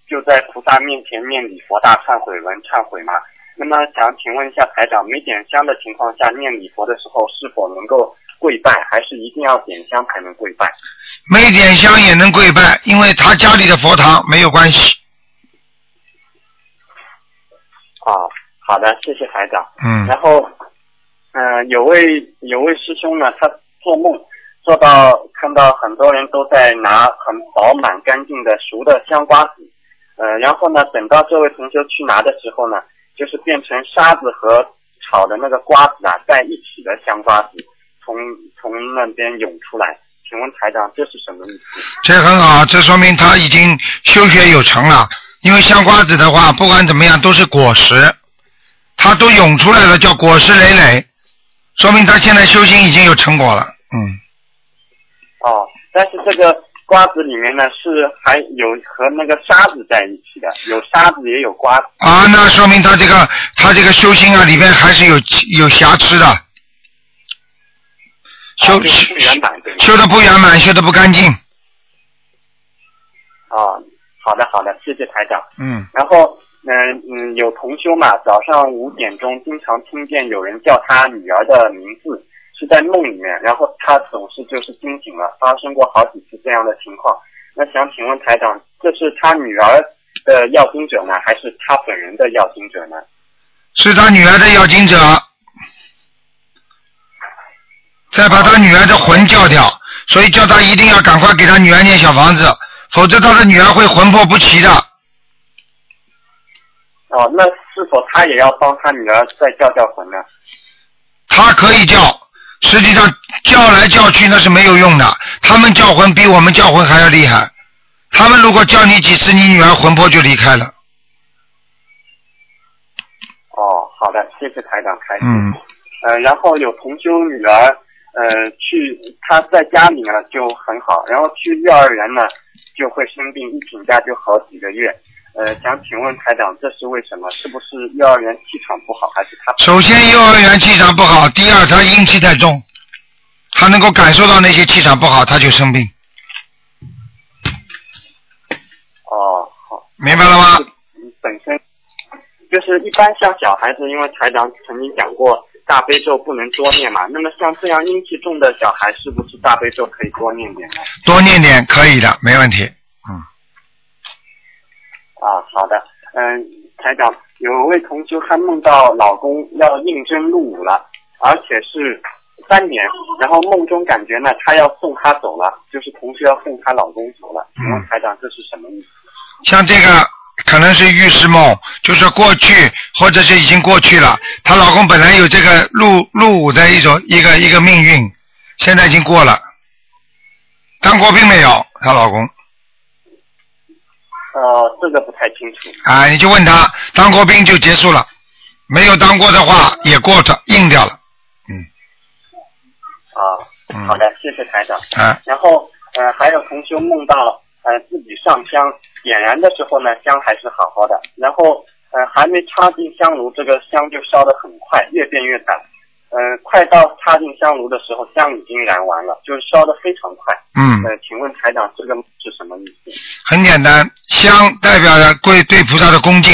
Speaker 8: 就在菩萨面前念礼佛大忏悔文忏悔嘛。那么想请问一下台长，没点香的情况下念礼佛的时候，是否能够跪拜，还是一定要点香才能跪拜？
Speaker 2: 没点香也能跪拜，因为他家里的佛堂没有关系。
Speaker 8: 哦，好的，谢谢台长。
Speaker 2: 嗯
Speaker 8: 然后，嗯，有位有位师兄呢，他做梦做到看到很多人都在拿很饱满干净的熟的香瓜子，呃，然后呢，等到这位同学去拿的时候呢，就是变成沙子和炒的那个瓜子啊在一起的香瓜子，从从那边涌出来。请问台长，这是什么意思？
Speaker 2: 这很好，这说明他已经修学有成了。因为香瓜子的话，不管怎么样都是果实，它都涌出来了，叫果实累累，说明他现在修行已经有成果了。嗯，
Speaker 8: 哦，但是这个瓜子里面呢是还有和那个沙子在一起的，有沙子也有瓜子。
Speaker 2: 啊，那说明他这个他这个修行啊，里边还是有有瑕疵的，
Speaker 8: 啊
Speaker 2: 修
Speaker 8: 就是
Speaker 2: 修
Speaker 8: 不圆满对吗？
Speaker 2: 修的不圆满，修的不干净。
Speaker 8: 啊，好的好的，谢谢台长。
Speaker 2: 嗯
Speaker 8: 然后，嗯、嗯，有同修嘛，早上五点钟经常听见有人叫他女儿的名字，是在梦里面，然后他总是就是惊醒了，发生过好几次这样的情况。那想请问台长，这是他女儿的要经者呢，还是他本人的要经者呢？
Speaker 2: 是他女儿的要经者，再把他女儿的魂叫掉，所以叫他一定要赶快给他女儿念小房子，否则他的女儿会魂魄不齐的。
Speaker 8: 哦，那是否他也要帮他女儿再叫叫魂呢？
Speaker 2: 他可以叫，实际上叫来叫去那是没有用的，他们叫魂比我们叫魂还要厉害。他们如果叫你几次，你女儿魂魄就离开了。
Speaker 8: 哦，好的，谢谢台长开始。
Speaker 2: 嗯，
Speaker 8: 呃，然后有同修女儿，呃，去她在家里呢就很好，然后去幼儿园呢就会生病，一请假就好几个月。呃，想请问台长，这是为什么？是不是幼儿园气场不好，还是她？
Speaker 2: 首先幼儿园气场不好，第二他阴气太重，他能够感受到那些气场不好，他就生病，
Speaker 8: 哦，好，
Speaker 2: 明白了吗？
Speaker 8: 嗯本身就是一般像小孩子，因为台长曾经讲过大悲咒不能多念嘛，那么像这样阴气重的小孩，是不是大悲咒可以多念点呢？
Speaker 2: 多念点可以的，没问题。
Speaker 8: 啊，好的，嗯，台长，有位同修她梦到老公要应征入伍了，而且是三年，然后梦中感觉呢，她要送他走了，就是同学要送她老公走了。请问台长，这是什么意思？
Speaker 2: 像这个可能是预示梦，就是过去或者是已经过去了。她老公本来有这个入入伍的一种一个一个命运，现在已经过了。当过兵没有？她老公
Speaker 8: 呃，这个不太清楚。
Speaker 2: 啊，你就问她，当过兵就结束了，没有当过的话也过着硬掉了
Speaker 8: 啊，
Speaker 2: 嗯
Speaker 8: 好的，谢谢台长。
Speaker 2: 啊。
Speaker 8: 然后，呃，还有同修梦到，呃，自己上香点燃的时候呢，香还是好好的，然后，呃，还没插进香炉，这个香就烧得很快，越变越淡，呃，快到插进香炉的时候，香已经燃完了，就是烧得非常快。
Speaker 2: 嗯，
Speaker 8: 呃，请问台长，这个是什么意思？
Speaker 2: 很简单，香代表着对对菩萨的恭敬，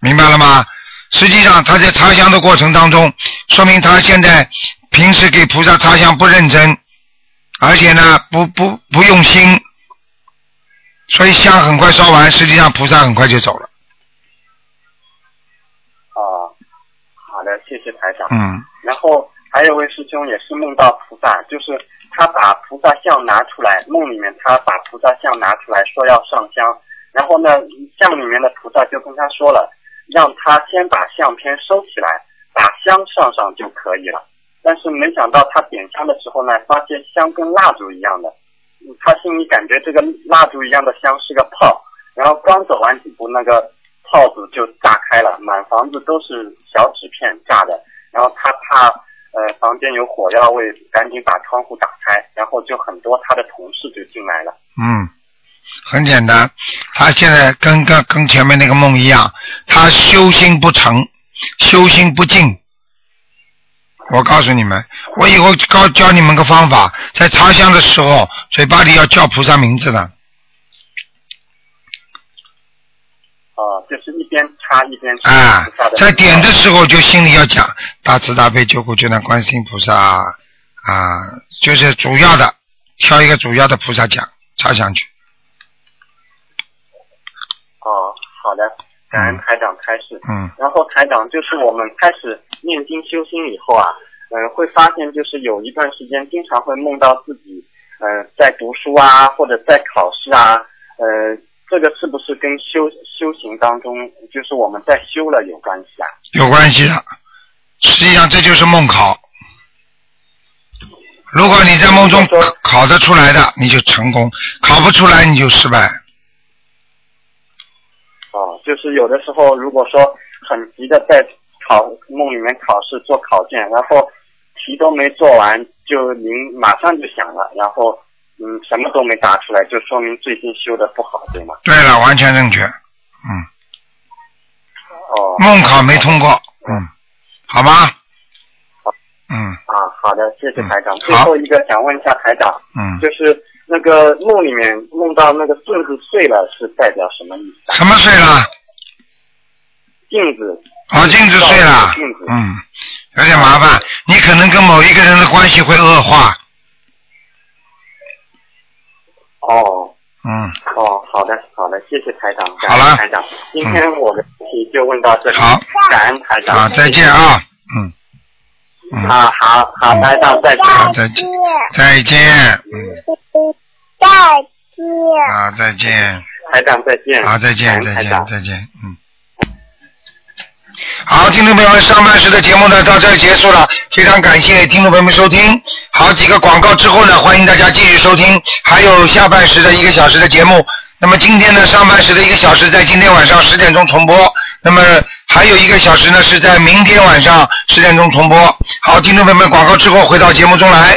Speaker 2: 明白了吗？实际上他在插香的过程当中，说明他现在平时给菩萨插香不认真，而且呢不不不用心，所以香很快烧完，实际上菩萨很快就走了。
Speaker 8: 啊，好的，谢谢台长。
Speaker 2: 嗯，
Speaker 8: 然后还有位师兄也是梦到菩萨，就是他把菩萨像拿出来，梦里面他把菩萨像拿出来说要上香，然后呢，像里面的菩萨就跟他说了，让他先把相片收起来，把香上上就可以了。但是没想到他点香的时候呢，发现香跟蜡烛一样的，嗯他心里感觉这个蜡烛一样的香是个泡，然后刚走完几步，那个泡子就炸开了，满房子都是小纸片炸的。然后他怕呃房间有火药味，赶紧把窗户打开，然后就很多他的同事就进来了。
Speaker 2: 嗯，很简单，他现在跟跟跟前面那个梦一样，他修心不成，修心不进。我告诉你们，我以后教教你们个方法，在插香的时候，嘴巴里要叫菩萨名字的。
Speaker 8: 哦就是一边擦一边吃
Speaker 2: 啊
Speaker 8: 菩萨，的
Speaker 2: 在点的时候就心里要讲大慈大悲救苦救难观世音菩萨啊，就是主要的，挑一个主要的菩萨讲插上去。
Speaker 8: 哦，好的，感恩台长开始。
Speaker 2: 嗯
Speaker 8: 然后台长，就是我们开始念经修心以后啊，嗯、会发现就是有一段时间经常会梦到自己，嗯、在读书啊，或者在考试啊，呃，这个是不是跟修修行当中，就是我们在修了有关系啊？
Speaker 2: 有关系的。实际上这就是梦考。如果你在梦中考考得出来的，你就成功；考不出来，你就失败。
Speaker 8: 哦，就是有的时候如果说很急的在考梦里面考试做考卷，然后题都没做完就铃马上就响了，然后嗯什么都没答出来，就说明最近修的不好，对吗？
Speaker 2: 对了，完全正确。
Speaker 8: 哦，
Speaker 2: 梦考没通过，嗯，好吗？嗯
Speaker 8: 啊，好的，谢谢台长。最后一个想问一下台长，
Speaker 2: 嗯，
Speaker 8: 就是那个梦里面梦到那个镜子碎了，是代表什么意思？
Speaker 2: 什么碎了？
Speaker 8: 镜子
Speaker 2: 啊，镜子碎了
Speaker 8: 镜子，
Speaker 2: 嗯，有点麻烦。你可能跟某一个人的关系会恶化，
Speaker 8: 哦
Speaker 2: 嗯，
Speaker 8: 哦，好的好的，谢谢台长，感
Speaker 2: 好
Speaker 8: 恩
Speaker 2: 了嗯
Speaker 8: 台长。今天我的问题就问到这里，
Speaker 2: 好
Speaker 8: 感恩台长。
Speaker 2: 好，再见啊，嗯，嗯
Speaker 8: 啊，好好，台长再见。
Speaker 2: 好，再见，再见，嗯
Speaker 9: 再见。
Speaker 2: 啊，再见。
Speaker 8: 台长再见。
Speaker 2: 好，再见，再
Speaker 8: 台
Speaker 2: 见
Speaker 8: 长，
Speaker 2: 再见，嗯。好，听众朋友们，上半时的节目呢到这儿结束了，非常感谢听众朋友们收听。好几个广告之后呢，欢迎大家继续收听，还有下半时的一个小时的节目。那么今天呢，上半时的一个小时在今天晚上十点钟重播，那么还有一个小时呢是在明天晚上十点钟重播。好，听众朋友们，广告之后回到节目中来。